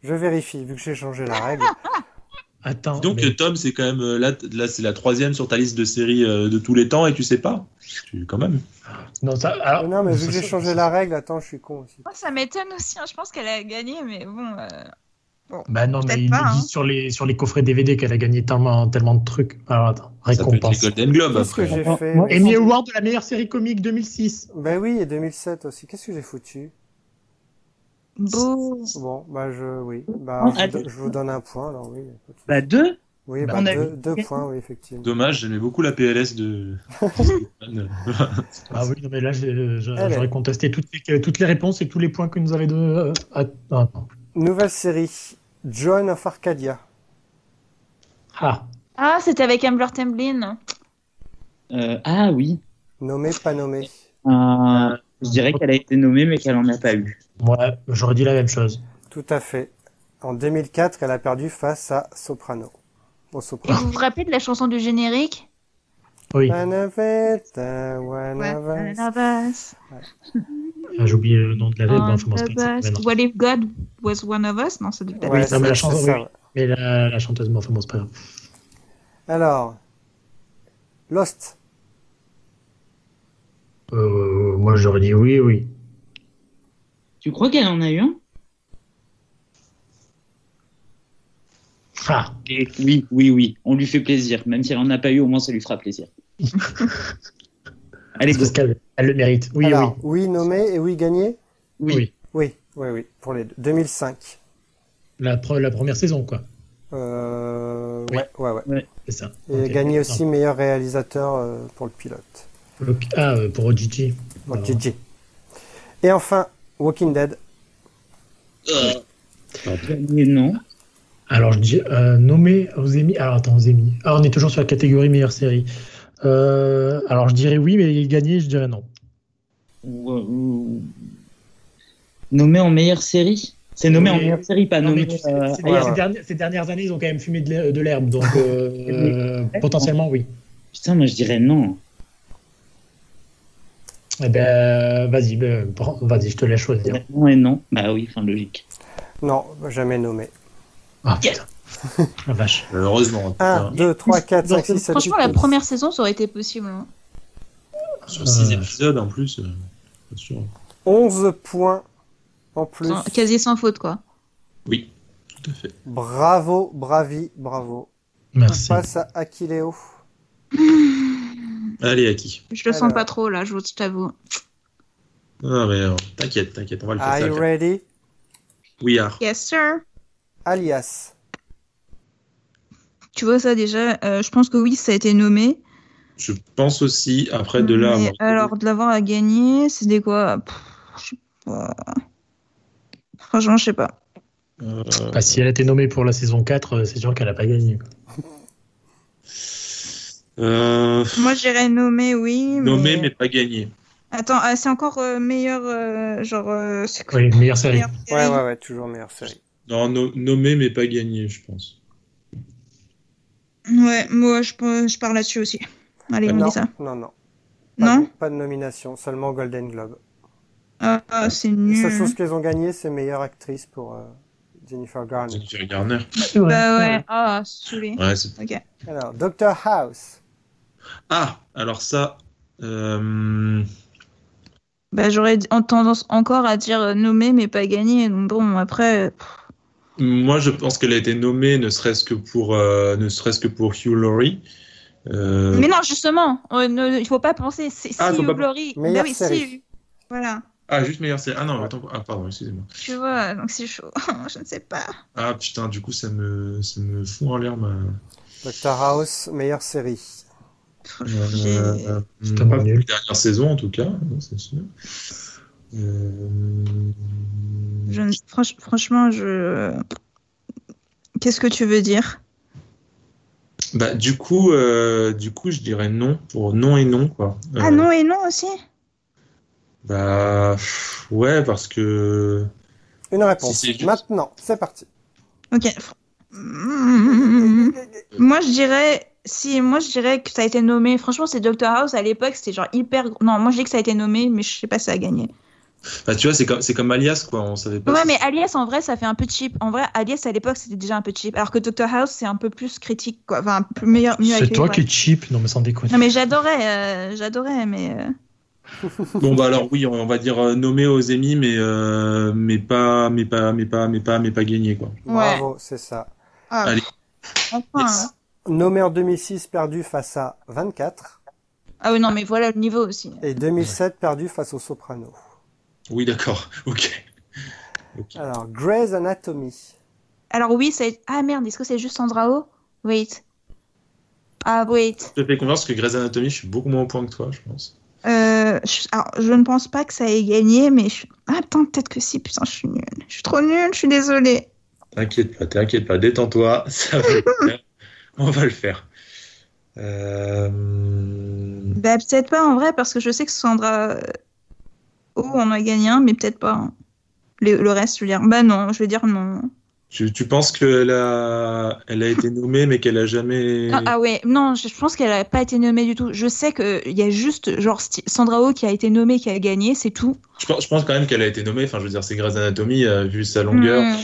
S1: je vérifie, vu que j'ai changé la
S5: *laughs*
S1: règle.
S4: Attends.
S7: Donc
S4: Ah, mais-
S7: Tom, c'est quand même euh, là, t- là c'est la troisième sur ta liste de séries euh, de tous les temps et tu sais pas. Tu- Quand même.
S4: non, ça, alors,
S1: non, mais vu que
S4: ça-
S1: j'ai changé la règle, attends, je suis con aussi.
S3: Moi, ça m'étonne aussi. hein. Je pense qu'elle a gagné, mais bon. euh,
S4: Bah non,
S3: Peut-être
S4: mais il
S3: pas,
S4: dit
S3: hein.
S4: sur les, sur les coffrets DVD qu'elle a gagné tellement, tellement de trucs. Alors attends,
S7: Ça peut être les
S4: récompense.
S7: Golden
S5: Ah bah,
S7: Globes
S1: Qu'est-ce que
S7: après. hein.
S1: j'ai
S5: Moi-
S1: fait
S5: moi-
S4: Emmy Award de la meilleure série comique 2006.
S1: Ben oui, et 2007 aussi. Qu'est-ce que j'ai foutu
S3: Bouh
S1: Bon, bah je... Oui, bah
S5: Non,
S1: je, vous
S5: attends.
S1: do- je vous donne un point, alors oui. écoute.
S5: Bah deux
S1: Oui,
S4: Bah,
S1: bah,
S5: on a
S1: deux,
S5: vu.
S1: deux points, oui, effectivement.
S7: Dommage, j'aimais beaucoup la
S1: *laughs*
S7: PLS de. *laughs*
S4: Ah oui, non, mais là, j'ai- j'ai-
S1: Elle est-
S4: j'aurais contesté toutes les, toutes les réponses et tous les points que nous avait donnés. euh, à- ah, non.
S1: Nouvelle série, John of Arcadia.
S4: Ah,
S3: Ah, c'était avec Amber Tamblyn.
S5: Euh, Ah oui.
S1: Nommé, pas nommé.
S5: Euh, je dirais qu'elle a été nommée, mais qu'elle en a pas eu.
S4: moi, j'aurais dit la même chose.
S1: Tout à fait. En 2004, elle a perdu face à Soprano. Au
S3: Et
S1: Soprano.
S3: vous vous rappelez de la chanson du générique
S4: Oui,
S1: One of it, uh, one
S3: Ouais,
S1: of us.
S3: One of Us.
S4: ah, j'ai oublié le nom de la
S3: One
S4: ben,
S3: of
S4: enfin, bon, c'est pas grave,
S3: Us.
S4: maintenant.
S3: What if God was one of us Non, ça doit être.
S1: Ouais,
S4: non, mais la
S1: c'est-
S4: chanson,
S1: c'est
S4: oui.
S1: ça, ouais.
S4: Mais la, la chanteuse, bon, enfin bon, c'est pas grave.
S1: Alors, Lost.
S4: Euh, moi, j'aurais dit oui, oui.
S5: Tu crois qu'elle en a eu un
S4: Ah,
S5: Et Oui, oui, oui. On lui fait plaisir. Même si elle en a pas eu, au moins ça lui fera *laughs* plaisir. Allez, go.
S4: parce qu'elle elle le mérite. Oui,
S1: Alors,
S4: oui.
S1: oui. nommé et oui gagné
S5: Oui.
S4: Oui.
S1: Oui, oui, oui, pour les deux. 2005.
S4: La, pre- la première saison, quoi.
S1: Euh,
S4: Oui.
S1: Ouais, ouais, ouais.
S4: C'est ça.
S1: Et
S4: Ok.
S1: gagné
S4: Non.
S1: aussi meilleur réalisateur euh, pour le pilote.
S4: Le- Ah, euh, pour OGG.
S1: Pour
S4: Ah.
S1: JJ. Et enfin, Walking Dead.
S5: Euh, mais non.
S4: Alors, je dis euh, nommé aux Emmy. Alors, attends, aux Emmy. Ah, on est toujours sur la catégorie meilleure série. Euh, alors, je dirais oui, mais gagné, je dirais non.
S5: Ou- euh, ou- Nommé en meilleure série C'est nommé
S4: Oui.
S5: en meilleure série, pas
S4: Non, mais
S5: nommé.
S4: tu sais,
S5: euh,
S4: ces,
S1: ouais,
S4: ces
S1: ouais.
S4: dernières, ces dernières années, ils ont quand même fumé de l'her- de l'herbe. Donc, euh,
S5: Mais-
S4: potentiellement, oui.
S5: Putain, moi je dirais non.
S4: Eh ben, vas-y, ben, prends- vas-y, je te laisse choisir.
S5: Non et non. Bah oui, enfin logique.
S1: Non, jamais nommé.
S4: Ah, putain. La vache.
S7: Heureusement.
S1: 1, 2, 3, 4, 5, 6, 7, 8.
S3: Franchement, la première saison, ça aurait été possible. hein.
S7: hein, Sur six
S4: Euh.
S7: épisodes en plus. euh, bien sûr.
S1: 11 points en plus.
S3: Sans- Quasi sans faute, quoi.
S7: Oui, tout à fait.
S1: Bravo, bravi, bravo.
S4: Merci.
S1: Face à Aquileo.
S7: Allez, Aki.
S3: Je le
S1: Alors.
S3: sens pas trop, là, je vous- je t'avoue.
S7: Non, mais euh, t'inquiète, t'inquiète, on va le
S1: Are
S7: faire.
S1: you
S7: ça.
S1: ready?
S7: We are.
S3: Yes, sir.
S1: Alias.
S3: Tu vois ça déjà euh, Je pense que oui, ça a été nommé.
S7: Je pense aussi, après de là. hein.
S3: Mais
S7: moi, je-
S3: alors, de l'avoir à gagner, c'était quoi Pff, Je sais pas. Franchement, je sais pas.
S7: Euh,
S4: Bah, si elle a été nommée pour la saison 4, euh, c'est sûr qu'elle n'a pas gagné. quoi.
S7: euh,
S3: Moi, j'irais nommé, oui.
S7: nommé,
S3: mais...
S7: mais pas gagné.
S3: Attends, ah, c'est encore euh, meilleur. euh, genre. euh, c'est quoi
S4: Oui, meilleure série.
S3: meilleur
S1: Ouais,
S3: série
S1: ouais, ouais, toujours meilleure série.
S7: Non, no- nommé, mais pas gagné, je pense.
S3: Ouais, moi, je, peux- je pars là-dessus aussi. Allez, on
S1: non,
S3: dit ça.
S1: non, non. Pas,
S3: Non
S1: de, pas de nomination, seulement Golden Globe.
S3: Ah, ah, c'est
S1: La
S3: nul.
S1: seule chose qu'ils ont gagné, c'est meilleure actrice pour euh, Jennifer Garner.
S7: Jennifer Garner.
S4: C'est vrai.
S3: Bah ouais, ah, saoulé.
S7: Ouais, c'est-
S3: Ok.
S1: Alors, Dr. House.
S7: Ah, alors ça. euh,
S3: Bah, j'aurais d- en- tendance encore à dire euh, nommé, mais pas gagné. Donc bon, après. euh,
S7: Moi, je pense qu'elle a été nommée, ne serait-ce que pour, euh, ne serait-ce que pour Hugh Laurie. Euh,
S3: Mais non, justement, on ne- il faut pas penser. C'est
S7: Ah,
S3: si
S7: faut
S3: ou
S7: pas-
S3: Glory. Bah
S1: Meilleure
S3: oui,
S1: série.
S3: si. Voilà.
S7: Ah, juste meilleur, c'est. Ah non, attends. Ah, pardon, excusez-moi.
S3: Tu vois, donc c'est chaud. *laughs* je ne sais pas.
S7: Ah putain, du coup, ça me, ça me fout en l'air ma.
S1: Dr. House, meilleure série.
S7: Euh, euh,
S4: C'est tellement
S7: pas
S4: nul.
S7: la dernière saison, en tout cas, c'est sûr. Euh,
S3: Je ne- franch- franchement, je. Qu'est-ce que tu veux dire
S7: Bah, du coup, euh, du coup, je dirais non pour non et non, quoi. Euh,
S3: Ah non et non aussi
S7: Bah, pff, ouais, parce que.
S1: Une réponse.
S7: Si, c'est juste.
S1: Maintenant, c'est
S3: *laughs*
S1: parti.
S3: Ok. fr- *laughs* Mm. Moi, je dirais. Si, moi, je dirais que ça a été nommé. Franchement, c'est Doctor House à l'époque, c'était genre hyper. Non, moi, je dis que ça a été nommé, mais je sais pas si ça a gagné.
S7: Bah, tu vois, c'est comme, c'est comme Alias, quoi. On savait pas.
S3: Ouais,
S7: si-
S3: mais Alias, en vrai, ça fait un peu cheap. En vrai, Alias, à l'époque, c'était déjà un peu cheap. Alors que Doctor House, c'est un peu plus critique, quoi. Enfin, un peu meilleur, mieux
S8: C'est
S3: accueilli,
S8: toi
S3: ouais.
S8: qui es cheap, non mais sans déconner.
S3: Non, mais j'adorais, euh, j'adorais, mais. euh,
S7: Bon, bah, alors oui, on va dire euh, nommé aux Emmy, mais, euh, mais pas, mais pas, mais pas, mais pas, mais pas gagné, quoi.
S3: Ouais.
S1: Bravo, c'est ça.
S3: ah,
S7: Allez.
S3: enfin,
S7: Yes.
S3: hein.
S1: Nommé en 2006, perdu face à 24.
S3: Ah oui, non, mais voilà le niveau aussi.
S1: Et 2007, perdu face aux Sopranos.
S7: Oui, d'accord. *laughs* Ok.
S1: Alors, Grey's Anatomy.
S3: Alors oui, c'est... Ah merde, est-ce que c'est juste Sandra Oh Wait. Ah, wait.
S7: Je te fais confiance que Grey's Anatomy, je suis beaucoup moins au point que toi, je pense.
S3: Euh, je... Alors, je ne pense pas que ça ait gagné, mais... Je... Ah, putain, peut-être que si. Putain, je suis nulle. Je suis trop nulle, je suis désolée.
S7: T'inquiète pas, t'inquiète pas, détends-toi, *laughs* ça va le faire. On va le faire. Euh...
S3: Bah, peut-être pas en vrai, parce que je sais que Sandra euh, Oh en a gagné un, mais peut-être pas. hein. Le, le reste, je veux dire. Bah non, je veux dire non.
S7: Tu, tu penses qu'elle a, elle a été nommée, mais qu'elle a jamais.
S3: Non, ah ouais, non, je, je pense qu'elle n'a pas été nommée du tout. Je sais qu'il y a juste, genre, Sti- Sandra Oh qui a été nommée, qui a gagné, c'est tout.
S7: je, pense, je pense quand même qu'elle a été nommée. Enfin, je veux dire, c'est Grey's Anatomy, euh, vu sa longueur.
S3: Mm,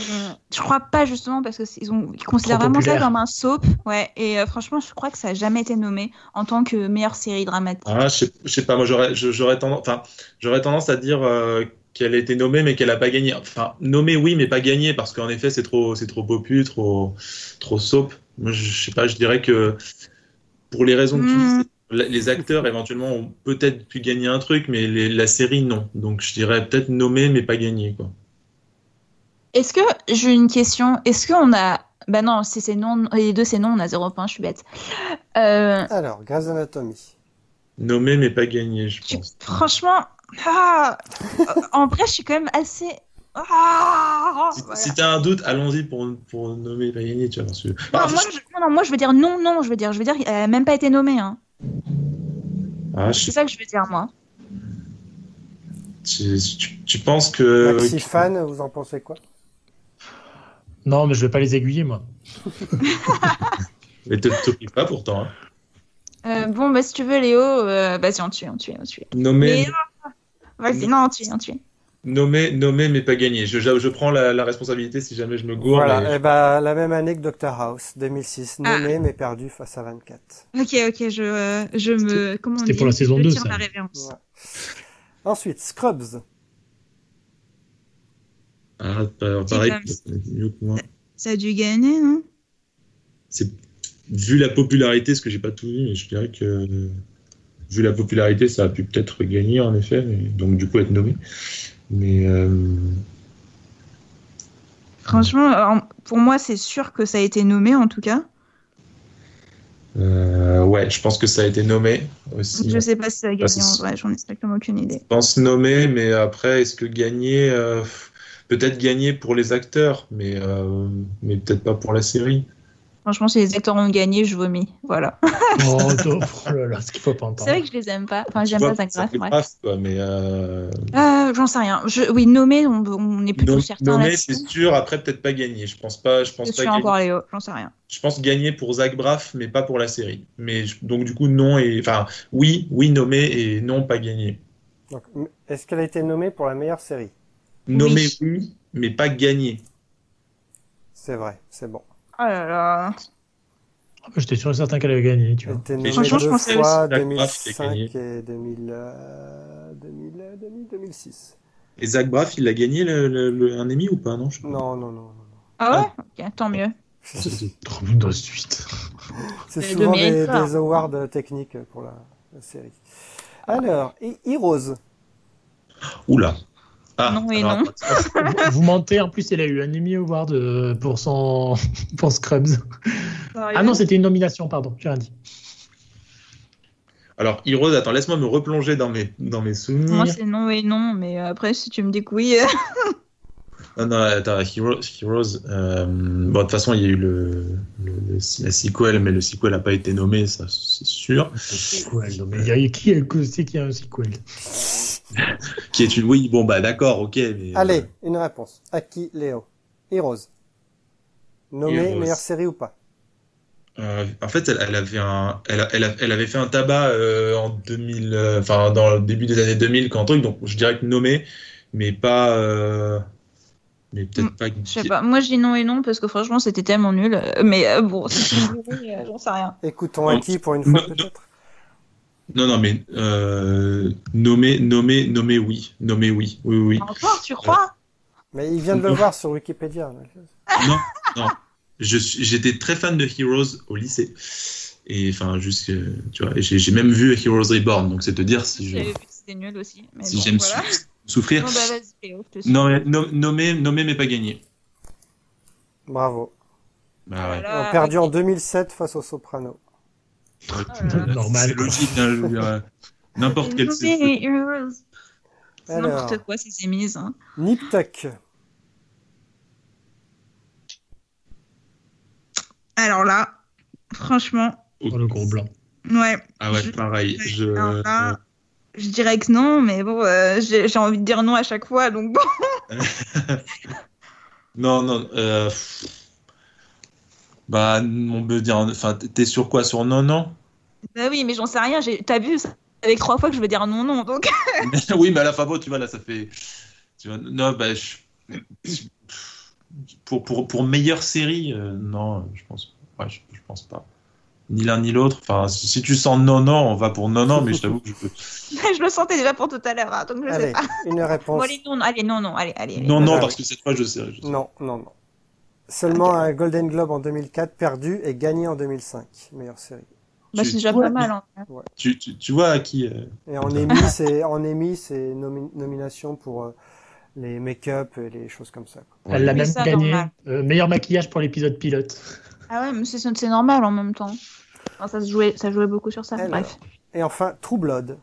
S3: Je crois pas justement parce que c'est- ils ont ils considèrent
S4: Trop
S3: vraiment ça
S4: populaire.
S3: comme un soap, ouais. Et euh, franchement, je crois que ça a jamais été nommé en tant que meilleure série dramatique.
S7: Ah, je, sais, je sais pas, moi j'aurais, je- j'aurais tendance, enfin, j'aurais tendance à dire euh, qu'elle a été nommée, mais qu'elle a pas gagné. Enfin, nommée oui, mais pas gagnée, parce qu'en effet, c'est trop, c'est trop popu, trop, trop soap. Moi, je, je sais pas, je dirais que pour les raisons que tu
S3: Mm.
S7: dis, la- les acteurs éventuellement ont peut-être pu gagner un truc, mais les- la série non. Donc, je dirais peut-être nommée, mais pas gagnée, quoi.
S3: Est-ce que j'ai une question Est-ce qu'on a bah non, si c'est non, les deux c'est non, on a zéro point, je suis bête. Euh,
S1: Alors, Grey's Anatomy.
S7: Nommé mais pas gagné, je
S3: tu-
S7: pense.
S3: franchement, ah, en vrai, je suis quand même assez. Ah,
S7: Si,
S3: voilà.
S7: si t'as un doute, allons-y pour, pour nommer pas gagner, tu vois. parce que-
S3: Non,
S7: Ah,
S3: moi, je, non, non, moi, je veux dire non, non, je veux dire, je veux dire, elle a même pas été nommée. Hein.
S7: ah, je-
S3: C'est ça que je veux dire moi.
S7: tu, tu- tu penses que.
S1: Maxi fan, vous en pensez quoi
S8: Non mais je vais pas les aiguiller moi.
S7: Mais te t'oublies pas pourtant. Hein.
S3: Euh, bon, bah, si tu veux, Léo, euh, vas-y, on tue, on tue, on tue.
S7: Nommé,
S3: Mais euh,
S4: euh,
S3: non, vas-y, non, on tue, on tue.
S7: nommé, nommé, mais pas gagné. Je, je, je prends la, la responsabilité si jamais je me gourre. mais-
S3: euh,
S1: Voilà, et ben, la même année que Doctor House, 2006.
S3: Ah.
S1: Nommé mais perdu face à 24.
S3: Ok, ok, je, euh, je me. Comment on
S4: c'était
S3: dit
S4: pour la saison
S3: Je
S4: 2,
S3: tire
S4: ça.
S3: ma révérence.
S1: Ouais. Ensuite, Scrubs.
S7: Ah, pa- pareil,
S3: James.
S7: c'est mieux que moi.
S3: Ça a dû gagner, non
S7: C'est- Vu la popularité, parce que j'ai pas tout vu, mais je dirais que. euh, Vu la popularité, ça a pu peut-être gagner en effet, mais- donc du coup être nommé. Mais. euh,
S3: Franchement, euh, en- pour moi, c'est sûr que ça a été nommé, en tout cas.
S7: euh, ouais, je pense que ça a été nommé aussi.
S3: Je sais pas si ça
S4: Bah,
S3: a gagné, en
S7: c'est-
S3: vrai, j'en ai strictement aucune idée.
S7: pense nommer, mais après, est-ce que gagner, euh, peut-être gagner pour les acteurs, mais, euh, mais peut-être pas pour la série.
S3: Franchement, si les acteurs ont gagné, je vomis. Voilà.
S8: Oh, oh, oh là là, ce qu'il faut pas entendre.
S3: C'est vrai que je les aime pas. Enfin, j'aime
S7: Tu vois,
S3: pas Zach
S7: ça
S3: Braff,
S7: fait
S3: bref.
S7: grave, quoi, mais euh,
S3: Euh, j'en sais rien. Je... Oui, nommé, on, on est plutôt
S7: nom-
S3: certain.
S7: nommer,
S3: là-dessus.
S7: c'est sûr. Après, peut-être pas gagner. Je pense pas. Je pense
S3: Je
S7: pas.
S3: suis
S7: gagner.
S3: encore Léo, j'en sais rien.
S7: Je pense gagner pour Zach Braff, mais pas pour la série. Mais je- donc du coup, non et enfin, oui, oui, nommer et non pas gagner.
S1: Donc, m- Est-ce qu'elle a été nommée pour la meilleure série
S7: Nommer oui, mais pas gagner.
S1: C'est vrai, c'est bon.
S3: Oh là là.
S8: Ah, bah, J'étais sûr et certain qu'elle avait gagné, tu
S1: Elle a
S8: vois.
S1: été nommée
S3: franchement, je
S1: deux
S3: pensais
S1: fois,
S7: aussi Zach Braff qui a
S1: 2005 et 2000, euh, 2000, euh, 2000, 2006.
S7: Et Zach Braff, il a gagné le, le- le- un Emmy ou pas Non. je sais pas.
S1: Non, non, non. non.
S3: Ah ouais Ok, tant mieux.
S1: *laughs*
S8: Trop bien de suite.
S1: C'est
S3: Mais
S1: souvent
S3: de
S1: des,
S3: mérite pas.
S1: des awards techniques pour la, la série. Alors, et Heroes.
S7: Oula. Ah,
S3: Non et
S7: alors,
S3: non.
S8: Vous mentez, en plus elle a eu un Emmy Award euh, pour
S4: *laughs*
S8: son
S4: Ah
S8: pour Scrubs. Ah non, c'était une nomination, pardon, j'ai rien dit.
S7: Alors, Heroes, attends, laisse-moi me replonger dans mes, dans mes souvenirs.
S3: Moi, c'est non et non, mais euh, après, si tu me dis que oui, euh,
S7: Non, non, attends, Hero- Heroes. euh, bon, de toute façon, il y a eu le, le- le- la sequel, mais le sequel n'a pas été nommé, ça, c'est sûr.
S4: Sequel, non, mais il y a qui a causé qu'il y a un sequel
S7: Qui est une. Oui, bon, bah d'accord, ok. Mais,
S1: Allez, une réponse. Aki Léo. Heroes. Nommé
S7: Heroes.
S1: meilleure série ou pas
S7: Euh, en fait, elle, elle avait un, elle, a- elle, a- elle avait fait un tabac euh, en 2000, euh, enfin dans le début des années 2000 quand truc, donc je dirais que nommé, mais pas, euh, mais peut-être pas.
S3: Hmm, je sais pas. Moi, je dis non et non parce que franchement, c'était tellement nul. Euh, Mais euh, bon, si tu me dis oui, euh, j'en sais rien.
S1: Écoutons
S7: Non.
S1: Aki pour une fois
S7: Non,
S1: peut-être.
S7: Non, non, mais euh, nommé, nommé, nommé, oui, nommé, oui, oui, oui.
S3: Encore, tu crois
S1: Mais il vient de le
S7: Non.
S1: voir sur Wikipédia. là.
S7: Non, non. Je suis- J'étais très fan de Heroes au lycée. Et enfin, juste, que, tu vois, et j'ai j'ai même vu Heroes Reborn, donc c'est te dire si je-
S3: J'avais vu que c'était nul aussi. Mais
S7: si
S3: bon,
S7: j'aime
S3: voilà.
S7: sou- souffrir.
S3: Bon, bah, vas-y, Léo, je te suis.
S7: Non, mais nom- nommé, nommé, mais pas gagné.
S1: Bravo.
S7: Bah ouais.
S1: On
S3: Voilà,
S1: a perdu en
S3: ok.
S1: 2007 face au Soprano.
S3: Ah, Voilà.
S4: Normal,
S7: C'est
S4: quoi.
S7: logique, hein, je veux dire, euh, n'importe quel.
S3: C'est Heroes. C'est
S1: Alors.
S3: n'importe quoi, ces émises. hein.
S1: Nip Tuck.
S3: Alors là, franchement,
S4: Pour le gros blanc.
S3: ouais.
S7: Ah ouais, pareil. Je...
S3: Alors là, je dirais que non, mais bon, euh, j'ai j'ai envie de dire non à chaque fois, donc bon.
S7: Non, non. euh, pff. Bah, on peut dire. Enfin, t'es sur quoi Sur non, non
S3: *laughs* Bah oui, mais j'en sais rien, j'ai- t'as vu, ça- avec trois fois que je veux dire non, non, donc. *laughs*
S7: *laughs* Oui, mais à la fin, bon, tu vois, là, ça fait. Tu vois, non, bah, je- je- Pour, pour, pour meilleure série, euh, non, je pense, ouais, je, je pense pas. Ni l'un ni l'autre. Enfin, si si tu sens non, non, on va pour non, non, mais je t'avoue que je peux.
S3: je le sentais déjà pour tout à l'heure, hein, donc je sais
S1: Allez,
S3: pas.
S1: une
S3: Bon,
S1: réponse.
S3: allez, non, non, allez, non, non, allez, allez. allez.
S7: Non, non,
S1: Ah,
S7: parce que cette fois, je sais. je sais.
S1: Non, non, non. Seulement un Golden Globe en 2004 perdu et gagné en 2005. Meilleure série.
S3: Bah,
S7: tu-
S3: c'est déjà
S7: ouais,
S3: pas mal. hein.
S7: Tu, tu, tu vois à qui. euh,
S1: Et en émis,
S3: *laughs*
S1: c'est en émis, c'est nomi- nomination pour euh, les make-up et les choses comme ça. quoi.
S7: Ouais.
S4: Elle l'a
S3: Mais
S4: même
S3: ça,
S4: gagné.
S3: normal.
S4: euh, meilleur maquillage pour l'épisode pilote.
S3: Ah ouais, mais c'est c'est normal en même temps. Enfin, ça, se jouait, ça jouait beaucoup sur ça,
S1: Alors.
S3: bref.
S1: Et enfin, True Blood.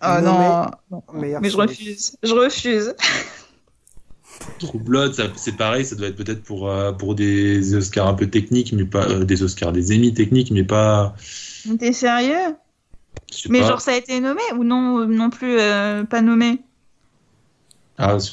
S3: Ah
S1: Non,
S3: non,
S1: Meilleure
S3: mais je
S1: série.
S3: refuse, je refuse.
S7: True Blood, ça- c'est pareil, ça doit être peut-être pour, euh, pour des Oscars un peu techniques, mais pas euh, des Oscars, des Emmy techniques, mais pas.
S3: T'es sérieux
S7: je sais
S3: Mais
S7: pas.
S3: genre, ça a été nommé ou non, euh, non plus euh, pas nommé
S7: Ah, c'est-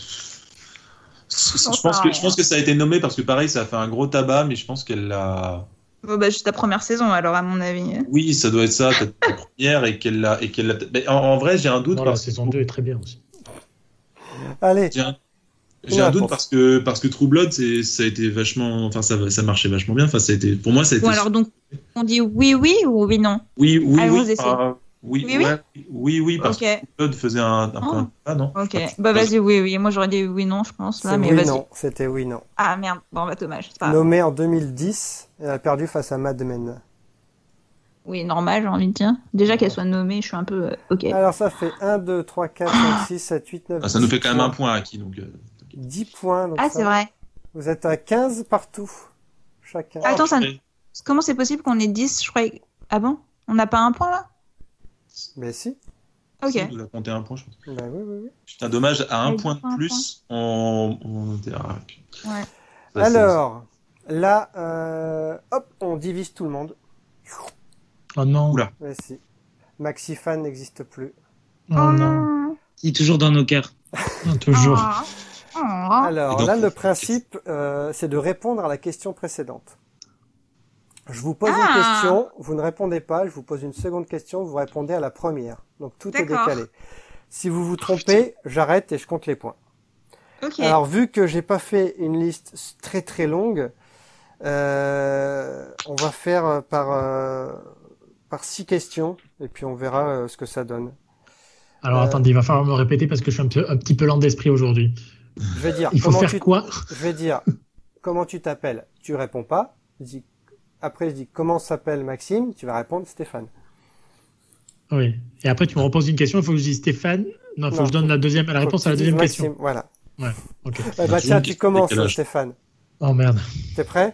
S7: c'est-
S3: J'en
S7: je, pense
S3: sais
S7: que,
S3: rien.
S7: je pense que ça a été nommé parce que pareil, ça a fait un gros tabac, mais je pense qu'elle l'a.
S3: Bon, bah, juste la première saison, alors, à mon avis.
S7: Oui, ça doit être ça, peut-être
S4: *laughs*
S7: la première et qu'elle l'a. et qu'elle l'a- mais En, en vrai, j'ai un doute
S4: Non, la
S7: parce
S4: saison 2 est très bien aussi.
S1: Allez,
S7: J'ai un, j'ai
S1: Une
S7: un
S1: réponse.
S7: doute parce que, parce que True Blood, c'est- ça a été vachement. Enfin, ça, ça marchait vachement bien. Enfin, ça a été, pour moi, ça a été.
S3: Ou alors, donc, on dit oui, oui ou oui, non
S7: oui, oui,
S3: Allons-y,
S7: oui. enfin, oui,
S3: Oui, oui.
S7: ouais, oui, oui, parce
S3: Ok,
S7: que True Blood faisait un. un
S3: Oh.
S7: ah, non
S3: ok. Bah, vas-y, oui, oui. Moi, j'aurais dit oui, non, je pense, là,
S1: c'est
S3: Ah, mais
S1: oui,
S3: vas-y.
S1: non. C'était oui, non.
S3: Ah, merde, bon, bah, dommage. c'est pas grave.
S1: Nommée en 2010, elle a perdu face à Mad Men.
S3: Oui, normal, j'ai envie de dire. Déjà qu'elle soit nommée, je suis un peu. euh, Ok.
S1: Alors ça fait 1, 2, 3, 4, 5, 6, 7, 8, 9,
S7: Ah, ça nous fait quand même un point acquis. Donc, euh,
S1: 10 points. donc
S3: Ah,
S1: ça-
S3: c'est vrai.
S1: Vous êtes à 15 partout, chacun.
S3: Attends, ça.
S7: purée.
S3: Comment c'est possible qu'on ait 10 Je croyais. Ah bon On n'a pas un point, là
S1: Mais si.
S3: Ok.
S7: Ça nous a compté un point, je pense.
S1: Bah oui, oui, oui.
S7: Putain, dommage, à un
S3: Ouais,
S7: point
S3: un point.
S7: de plus, on. on était- ah, ok.
S3: Ouais.
S7: Ça, c'est-
S1: Alors, là, euh, hop, on divise tout le monde.
S4: Oh non.
S7: Oula.
S1: Mais si. MaxiFan n'existe plus.
S4: Oh non.
S5: Qui est toujours dans nos *laughs* cœurs.
S4: Non, toujours.
S3: Ah. Ah.
S1: Alors
S7: Et donc,
S1: là, le
S7: on-
S1: principe, euh, c'est de répondre à la question précédente. Je vous pose
S3: Ah.
S1: une question, vous ne répondez pas, je vous pose une seconde question, vous répondez à la première. Donc tout est
S3: D'accord.
S1: décalé. Si vous vous trompez, j'arrête et je compte les points.
S3: Ok.
S1: Alors vu que j'ai pas fait une liste s- très très longue, euh, on va faire euh, par euh, par six questions et puis on verra euh, ce que ça donne.
S4: Alors
S1: Euh.
S4: attendez, il va falloir me répéter parce que je suis un, peu- un petit peu lent d'esprit aujourd'hui.
S1: Je vais dire
S4: Il faut
S1: comment
S4: faire
S1: tu
S4: quoi
S1: je vais dire comment tu t'appelles. Tu réponds pas. Je dis- après je dis comment s'appelle Maxime. Tu vas répondre Stéphane.
S4: Oui. Et après, tu me reposes une question, il faut que je dise Stéphane. Non, il faut
S1: Non.
S4: que je donne la deuxième, la
S1: Faut
S4: réponse
S1: que
S4: à la
S1: tu dises
S4: deuxième question.
S1: Maxime, Voilà.
S4: Ok.
S1: Eh bah
S7: Maxime,
S1: tiens, tu
S7: qu'est-ce que
S1: commences
S7: décalage
S1: Stéphane.
S4: Oh merde.
S1: T'es prêt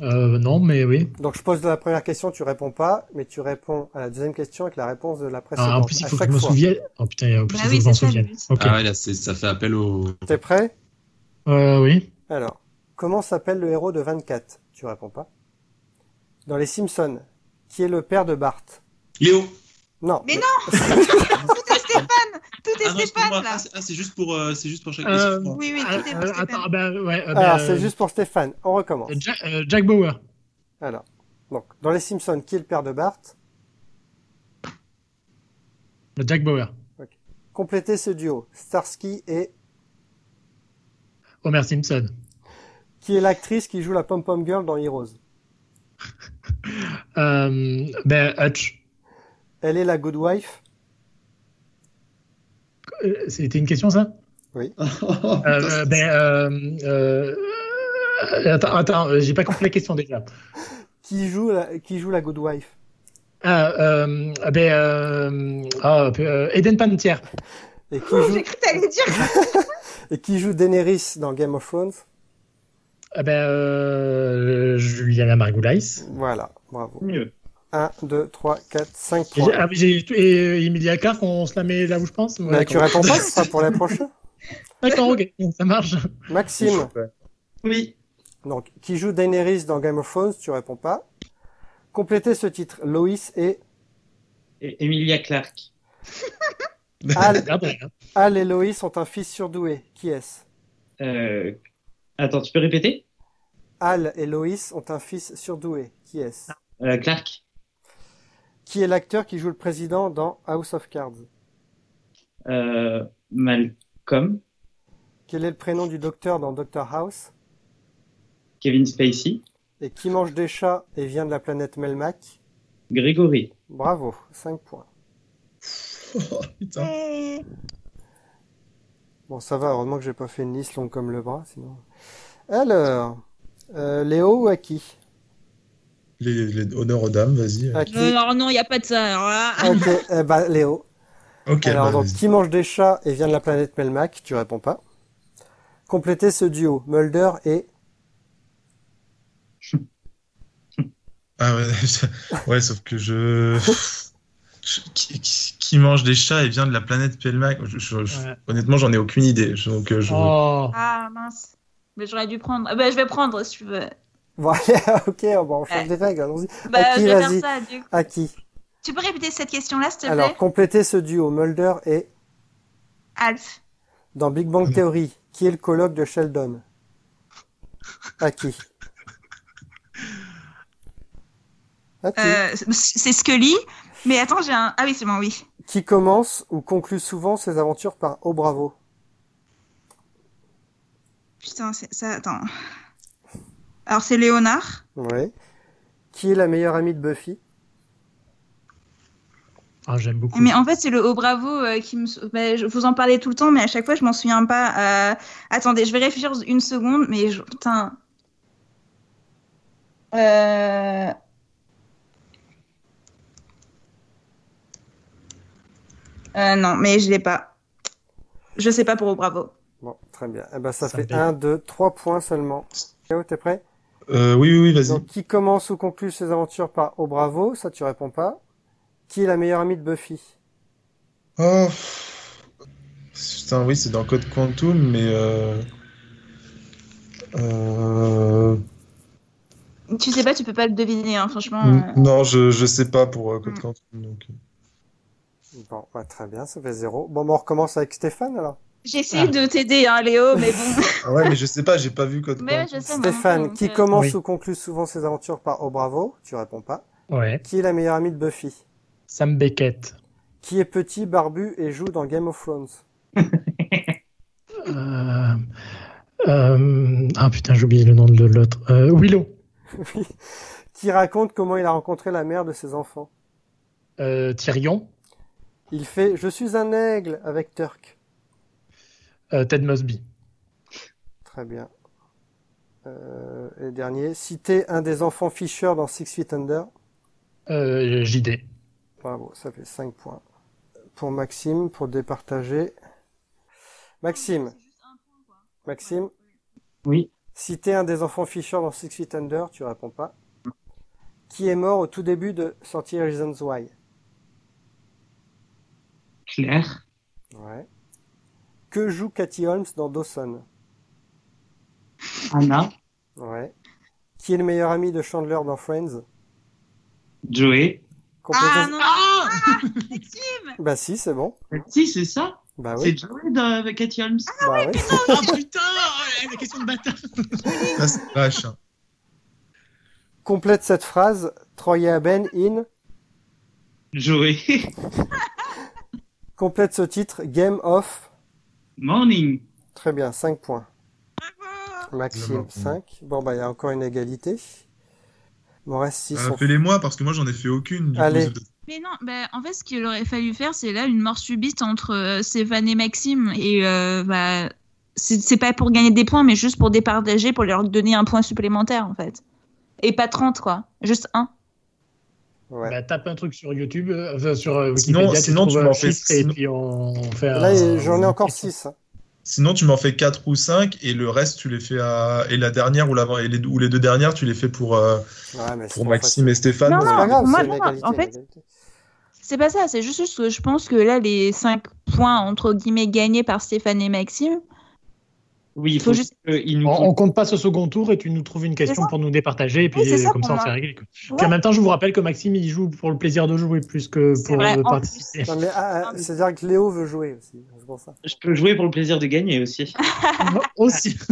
S4: Euh, non, mais oui.
S1: Donc je pose la première question, tu réponds pas, mais tu réponds à la deuxième question avec la réponse de la précédente.
S4: Ah, en plus, il
S1: À
S4: faut que
S1: chaque
S4: je me
S1: fois.
S4: souvienne. Oh putain, en plus,
S3: Bah
S4: il faut
S3: oui,
S4: que je m'en
S3: c'est ça, le
S4: souvienne.
S3: but.
S4: Ok.
S7: Ah ouais, là, c'est- ça fait appel au.
S1: T'es prêt
S4: Euh, oui.
S1: Alors, comment s'appelle le héros de 24 Tu réponds pas. Dans Les Simpsons, qui est le père de Bart
S7: Léo
S1: Non.
S3: Mais Tout est Stéphane Tout est
S7: Ah
S3: Stéphane,
S7: non, excuse-moi.
S3: là
S7: Ah, c'est- ah, c'est juste pour, euh, c'est juste pour chaque.
S4: Euh,
S7: excuse-moi.
S3: Oui, oui,
S4: Ah,
S3: tout est
S4: euh,
S3: pour Stéphane.
S4: attends, ben, ouais, euh,
S1: Alors,
S4: ben,
S1: Ah, c'est juste pour Stéphane. On recommence.
S4: euh, Jack, euh, Jack Bauer.
S1: Alors, donc, dans Les Simpsons, qui est le père de Bart
S4: Le Jack Bauer.
S1: Complétez ce duo. Starsky et
S4: Homer Simpson.
S1: qui est l'actrice qui joue la pom-pom girl dans Heroes
S4: Euh, ben, Hutch.
S1: Elle est la good wife.
S4: Euh, C'était une question, ça euh,
S5: bah,
S4: euh, ben, euh, euh, euh, Attends, attends euh, j'ai pas compris la question déjà.
S1: Qui joue la, qui joue la good wife
S4: Ah, euh, ah, ben, euh, ah, euh, Eden Panettiere.
S1: et
S3: *laughs*
S1: qui,
S3: Ouh,
S1: joue,
S3: J'ai cru que t'allais dire
S1: et qui joue Daenerys dans Game of Thrones
S4: Ah, ben, euh, Juliana Margulies.
S1: Voilà, bravo.
S5: Mieux.
S1: 1, 2, 3, 4, 5
S4: Et
S1: points.
S4: j'ai- Ah, oui, j'ai tout- et euh, Emilia Clarke, on se la met là où je pense. Ouais,
S1: Bah, tu
S4: d'accord.
S1: réponds pas, ce sera pour la prochaine.
S4: D'accord, ok, ça marche. *laughs*
S1: Maxime,
S5: Oui.
S1: donc, qui joue Daenerys dans Game of Thrones, tu réponds pas. Complétez ce titre, Loïs et
S5: Et- Emilia Clarke.
S1: Al.
S4: Ah, ben, hein.
S1: Al et Loïs ont un fils surdoué. Qui est-ce
S5: Euh, Attends, tu peux répéter
S1: Al et Loïs ont un fils surdoué. Qui est-ce
S5: Euh, Clark.
S1: Qui est l'acteur qui joue le président dans House of Cards
S5: Euh, Malcolm.
S1: Quel est le prénom du docteur dans Doctor House
S5: Kevin Spacey.
S1: Et qui mange des chats et vient de la planète Melmac
S5: Grégory.
S1: Bravo, 5 points.
S2: Putain.
S1: Bon, ça va, heureusement que j'ai pas fait une liste longue comme le bras, sinon. Alors, euh, Léo ou Aki
S2: Les, les honneurs aux dames, vas-y.
S1: Aki.
S3: Non, non, il n'y a pas de ça. alors là.
S1: Ok, eh ben, Léo.
S2: Ok,
S1: Alors,
S2: bah,
S1: donc,
S2: vas-y.
S1: qui mange des chats et vient de la planète Melmac Tu réponds pas. Complétez ce duo, Mulder et... *laughs*
S2: Ah ouais, *laughs*
S7: Ouais, sauf que je. je- Qui, qui- qui mange des chats et vient de la planète Pelmac Je- je- je-
S4: Ouais.
S7: Honnêtement, j'en ai aucune idée. Je- Donc, euh, je...
S4: Oh.
S3: Ah, mince. Mais j'aurais dû prendre. Ah, bah, je vais prendre si tu veux.
S1: Bon, ok, bon, on change des règles, allons-y.
S3: Bah,
S1: Ok,
S3: je vais
S1: vas-y.
S3: faire ça, du coup.
S1: Aki.
S3: Tu peux répéter cette question-là, s'il te
S1: Alors,
S3: plaît
S1: complétez ce duo, Mulder et...
S3: Alf.
S1: Dans Big Bang Theory, qui est le colloque de Sheldon À qui À qui
S3: Euh, c'est Scully. Mais attends, j'ai un. Ah oui, c'est bon, oui.
S1: Qui commence ou conclut souvent ses aventures par Oh bravo
S3: Putain, c'est- ça, attends. Alors, c'est Léonard.
S1: Ouais. Qui est la meilleure amie de Buffy
S4: Ah, j'aime beaucoup.
S3: Mais en fait, c'est le Oh Bravo euh, qui me. sou- bah, je vous en parlais tout le temps, mais à chaque fois, je m'en souviens pas. Euh, Attendez, je vais réfléchir une seconde, mais je- putain. Euh... Euh, non, mais je l'ai pas. Je sais pas pour Oh Bravo.
S1: Bon, très bien. Eh ben, ça,
S4: Ça
S1: fait
S4: me
S1: 1, 2, 3 points seulement. Léo, t'es prêt
S2: Euh, oui, oui, oui, vas-y.
S1: Donc, qui commence ou conclut ses aventures par Oh bravo Ça, tu réponds pas. Qui est la meilleure amie de Buffy
S2: Oh. pff. Putain, oui, c'est dans Code Quantum, mais. Euh... Euh...
S3: Tu sais pas, tu peux pas le deviner, hein, franchement.
S7: Mm.
S3: euh.
S2: Non, je, je sais pas pour euh, Code
S3: Mm.
S2: Quantum. Donc...
S1: Bon, bah, très bien, ça fait 0. Bon, bah, on recommence avec Stéphane alors
S3: J'ai essayé de t'aider, hein, Léo, mais bon.
S2: Ah ouais, mais je sais pas, j'ai pas vu Code
S3: mais
S2: Quantum.
S3: je sais, moi,
S1: Stéphane,
S3: donc,
S1: qui
S3: euh,
S1: commence
S4: Oui.
S1: ou conclut souvent ses aventures par Oh bravo, tu réponds pas.
S4: Ouais.
S1: Qui est la meilleure amie de Buffy
S4: Sam Beckett.
S1: Qui est petit, barbu et joue dans Game of Thrones *laughs*
S4: Euh, euh, ah putain, j'ai oublié le nom de l'autre. Euh, Willow.
S1: Qui raconte comment il a rencontré la mère de ses enfants
S4: Euh, Tyrion.
S1: Il fait Je suis un aigle avec Turk.
S4: Euh, Ted Mosby.
S1: Très bien. Euh, et dernier, citer un des enfants Fisher dans Six Feet Under.
S4: Euh, JD.
S1: Bravo, ça fait 5 points. Pour Maxime, pour départager. Maxime, Maxime,
S5: Oui.
S1: Si t'es un des enfants Fisher dans Six Feet Under, tu réponds pas. Qui est mort au tout début de Sortie Reasons Why
S5: Claire.
S1: Ouais. Que joue Cathy Holmes dans Dawson
S5: Anna.
S1: Ouais. Qui est le meilleur ami de Chandler dans Friends
S5: Joey.
S3: Ah
S1: Complétez-
S3: non
S5: Ah
S3: c'est Tim
S1: Bah si, c'est bon.
S5: Si, c'est ça
S1: Bah oui.
S5: C'est Joey dans- avec Cathy Holmes
S1: Bah oui.
S4: Ah putain La question de bâtard
S2: Ah, c'est vache. hein.
S1: Complète cette phrase. Troy et Aben in.
S5: Joey. *laughs*
S1: Complète ce titre. Game off.
S5: Morning.
S1: Très bien, 5 points.
S2: Bravo.
S1: Maxime, 5. Bon, bah, il y a encore une égalité. Il m'en reste 6.
S2: Rappelez-moi parce que Euh, moi j'en ai fait aucune. Du
S1: Allez.
S2: coup, c'est-
S3: Mais non, bah, en fait, ce qu'il aurait fallu faire, c'est là une mort subite entre euh, Stéphane et Maxime. Et euh, bah, c'est c'est pas pour gagner des points, mais juste pour départager, pour leur donner un point supplémentaire, en fait. Et pas 30, quoi. Juste un.
S1: Ouais.
S4: Bah, tape un truc sur YouTube, euh, enfin, sur euh,
S2: Sinon-
S4: Wikipédia, tu
S2: sinon, tu
S4: trouves
S2: m'en
S4: un
S2: fais-
S4: chiffre et
S2: sinon-
S4: puis on fait un-
S1: Là, j'en ai encore hein. 6.
S2: Sinon, tu m'en fais 4 ou 5 et le reste, tu les fais à. Et la dernière ou, l'avant- et les... ou les deux dernières, tu les fais pour, euh,
S1: Ouais, mais c'est
S2: pour
S1: pas
S2: Maxime
S1: facile.
S2: et Stéphane.
S3: Non,
S1: C'est
S3: non,
S1: pas grave,
S3: pour moi,
S1: c'est une
S3: non,
S1: égalité,
S3: en
S1: une
S3: fait-
S1: égalité.
S3: C'est pas ça, c'est juste que je pense que là, les 5 points, entre guillemets, gagnés par Stéphane et Maxime,
S5: Oui, il
S3: faut
S5: faut
S3: juste.
S5: juste qu'il
S4: On,
S5: nous
S4: on compte pas ce second tour et tu nous trouves une
S3: C'est
S4: question
S3: ça.
S4: pour nous départager et puis
S3: Oui, c'est ça
S4: comme ça
S3: qu'on
S4: on
S3: a-
S4: s'est réglé. quoi. Puis
S3: Ouais.
S4: en même temps, je vous rappelle que Maxime il joue pour le plaisir de jouer plus que
S3: C'est
S4: pour
S3: vrai,
S4: euh,
S3: en
S4: participer.
S1: Non, mais,
S3: *laughs*
S1: ah, ah, C'est-à-dire que Léo veut jouer aussi. C'est pour ça.
S5: Je peux jouer pour le plaisir de gagner aussi.
S4: *laughs*
S3: *laughs*
S4: Aussi.
S2: Ça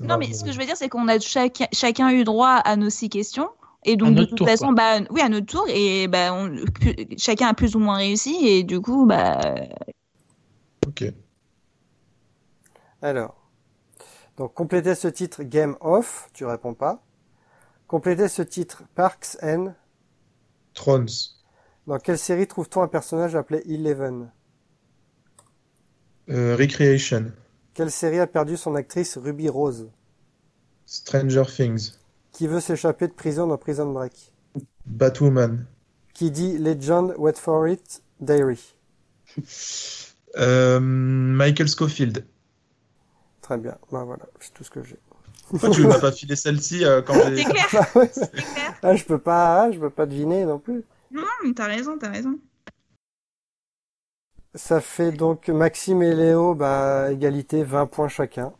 S3: Non,
S2: va,
S3: mais
S2: bon.
S3: ce que je veux dire, c'est qu'on a chaque- chacun eu droit à nos six questions. Et
S4: À
S3: donc, de
S4: notre
S3: toute
S4: tour,
S3: façon, bah, oui, à notre tour. Et bah, on- pu- chacun a plus ou moins réussi. Et du coup, bah,
S2: Ok.
S1: Alors. Donc, complétez ce titre Game Off. Tu réponds pas. Complétez ce titre Parks and.
S2: Trons.
S1: Dans quelle série trouve-t-on un personnage appelé Eleven
S2: Euh, Recreation.
S1: Quelle série a perdu son actrice Ruby Rose
S2: Stranger Things.
S1: Qui veut s'échapper de prison dans Prison Break
S2: Batwoman.
S1: Qui dit Legend, Wait for It, Diary
S2: Euh, Michael Scofield.
S1: Très bien, bah voilà, c'est tout ce que j'ai.
S2: Pourquoi
S1: *laughs*
S2: tu m'as pas filé celle-ci euh, quand j'ai.
S3: c'est clair,
S1: Bah ouais,
S3: c'est clair.
S1: *laughs* ah, je peux pas, ah, je peux pas deviner non plus.
S3: Non, mais t'as raison, t'as raison.
S1: Ça fait donc Maxime et Léo, bah égalité, 20 points chacun.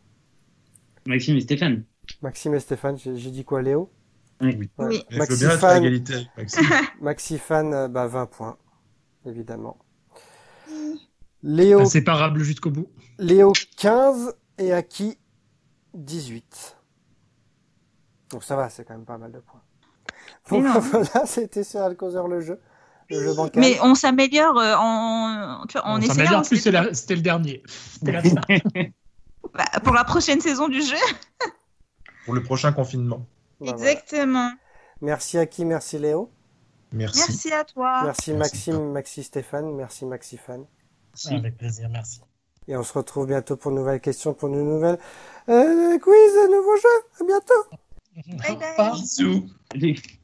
S5: Maxime et Stéphane.
S1: Maxime et Stéphane, j'ai j'ai dit quoi Léo
S5: Oui.
S1: Ouais.
S3: Oui.
S2: Mais Je veux
S1: Maxi
S2: bien être à
S1: fan,
S2: égalité avec Maxime.
S1: Maxi fan, euh, bah 20 points, évidemment. Léo,
S4: Inséparable jusqu'au bout.
S1: Léo 15 et Aki 18. Donc ça va, c'est quand même pas mal de points.
S3: Mais
S1: Donc *laughs*
S3: non.
S1: voilà, c'était sur Alcozer le jeu. Le jeu bancal. Bah
S3: Mais on s'améliore euh, en, tu vois, en
S4: On s'en
S3: essayant.
S4: en plus,
S3: c'est-
S4: c'est la- c'était le dernier. C'était la-
S3: bah, pour la prochaine saison du jeu.
S2: pour le prochain confinement.
S1: Bah, voilà.
S3: Exactement.
S1: Merci Aki, merci Léo.
S2: Merci.
S3: Merci à toi.
S1: Merci
S2: Merci.
S1: Maxime, Maxi Stéphane, merci Maxi Fan.
S4: Avec plaisir, merci.
S1: Et on se retrouve bientôt pour de nouvelles questions, pour de nouvelles euh, quiz, de nouveaux jeux. À bientôt.
S3: Bye bye.
S4: Au revoir.
S2: Bisous.
S5: Les-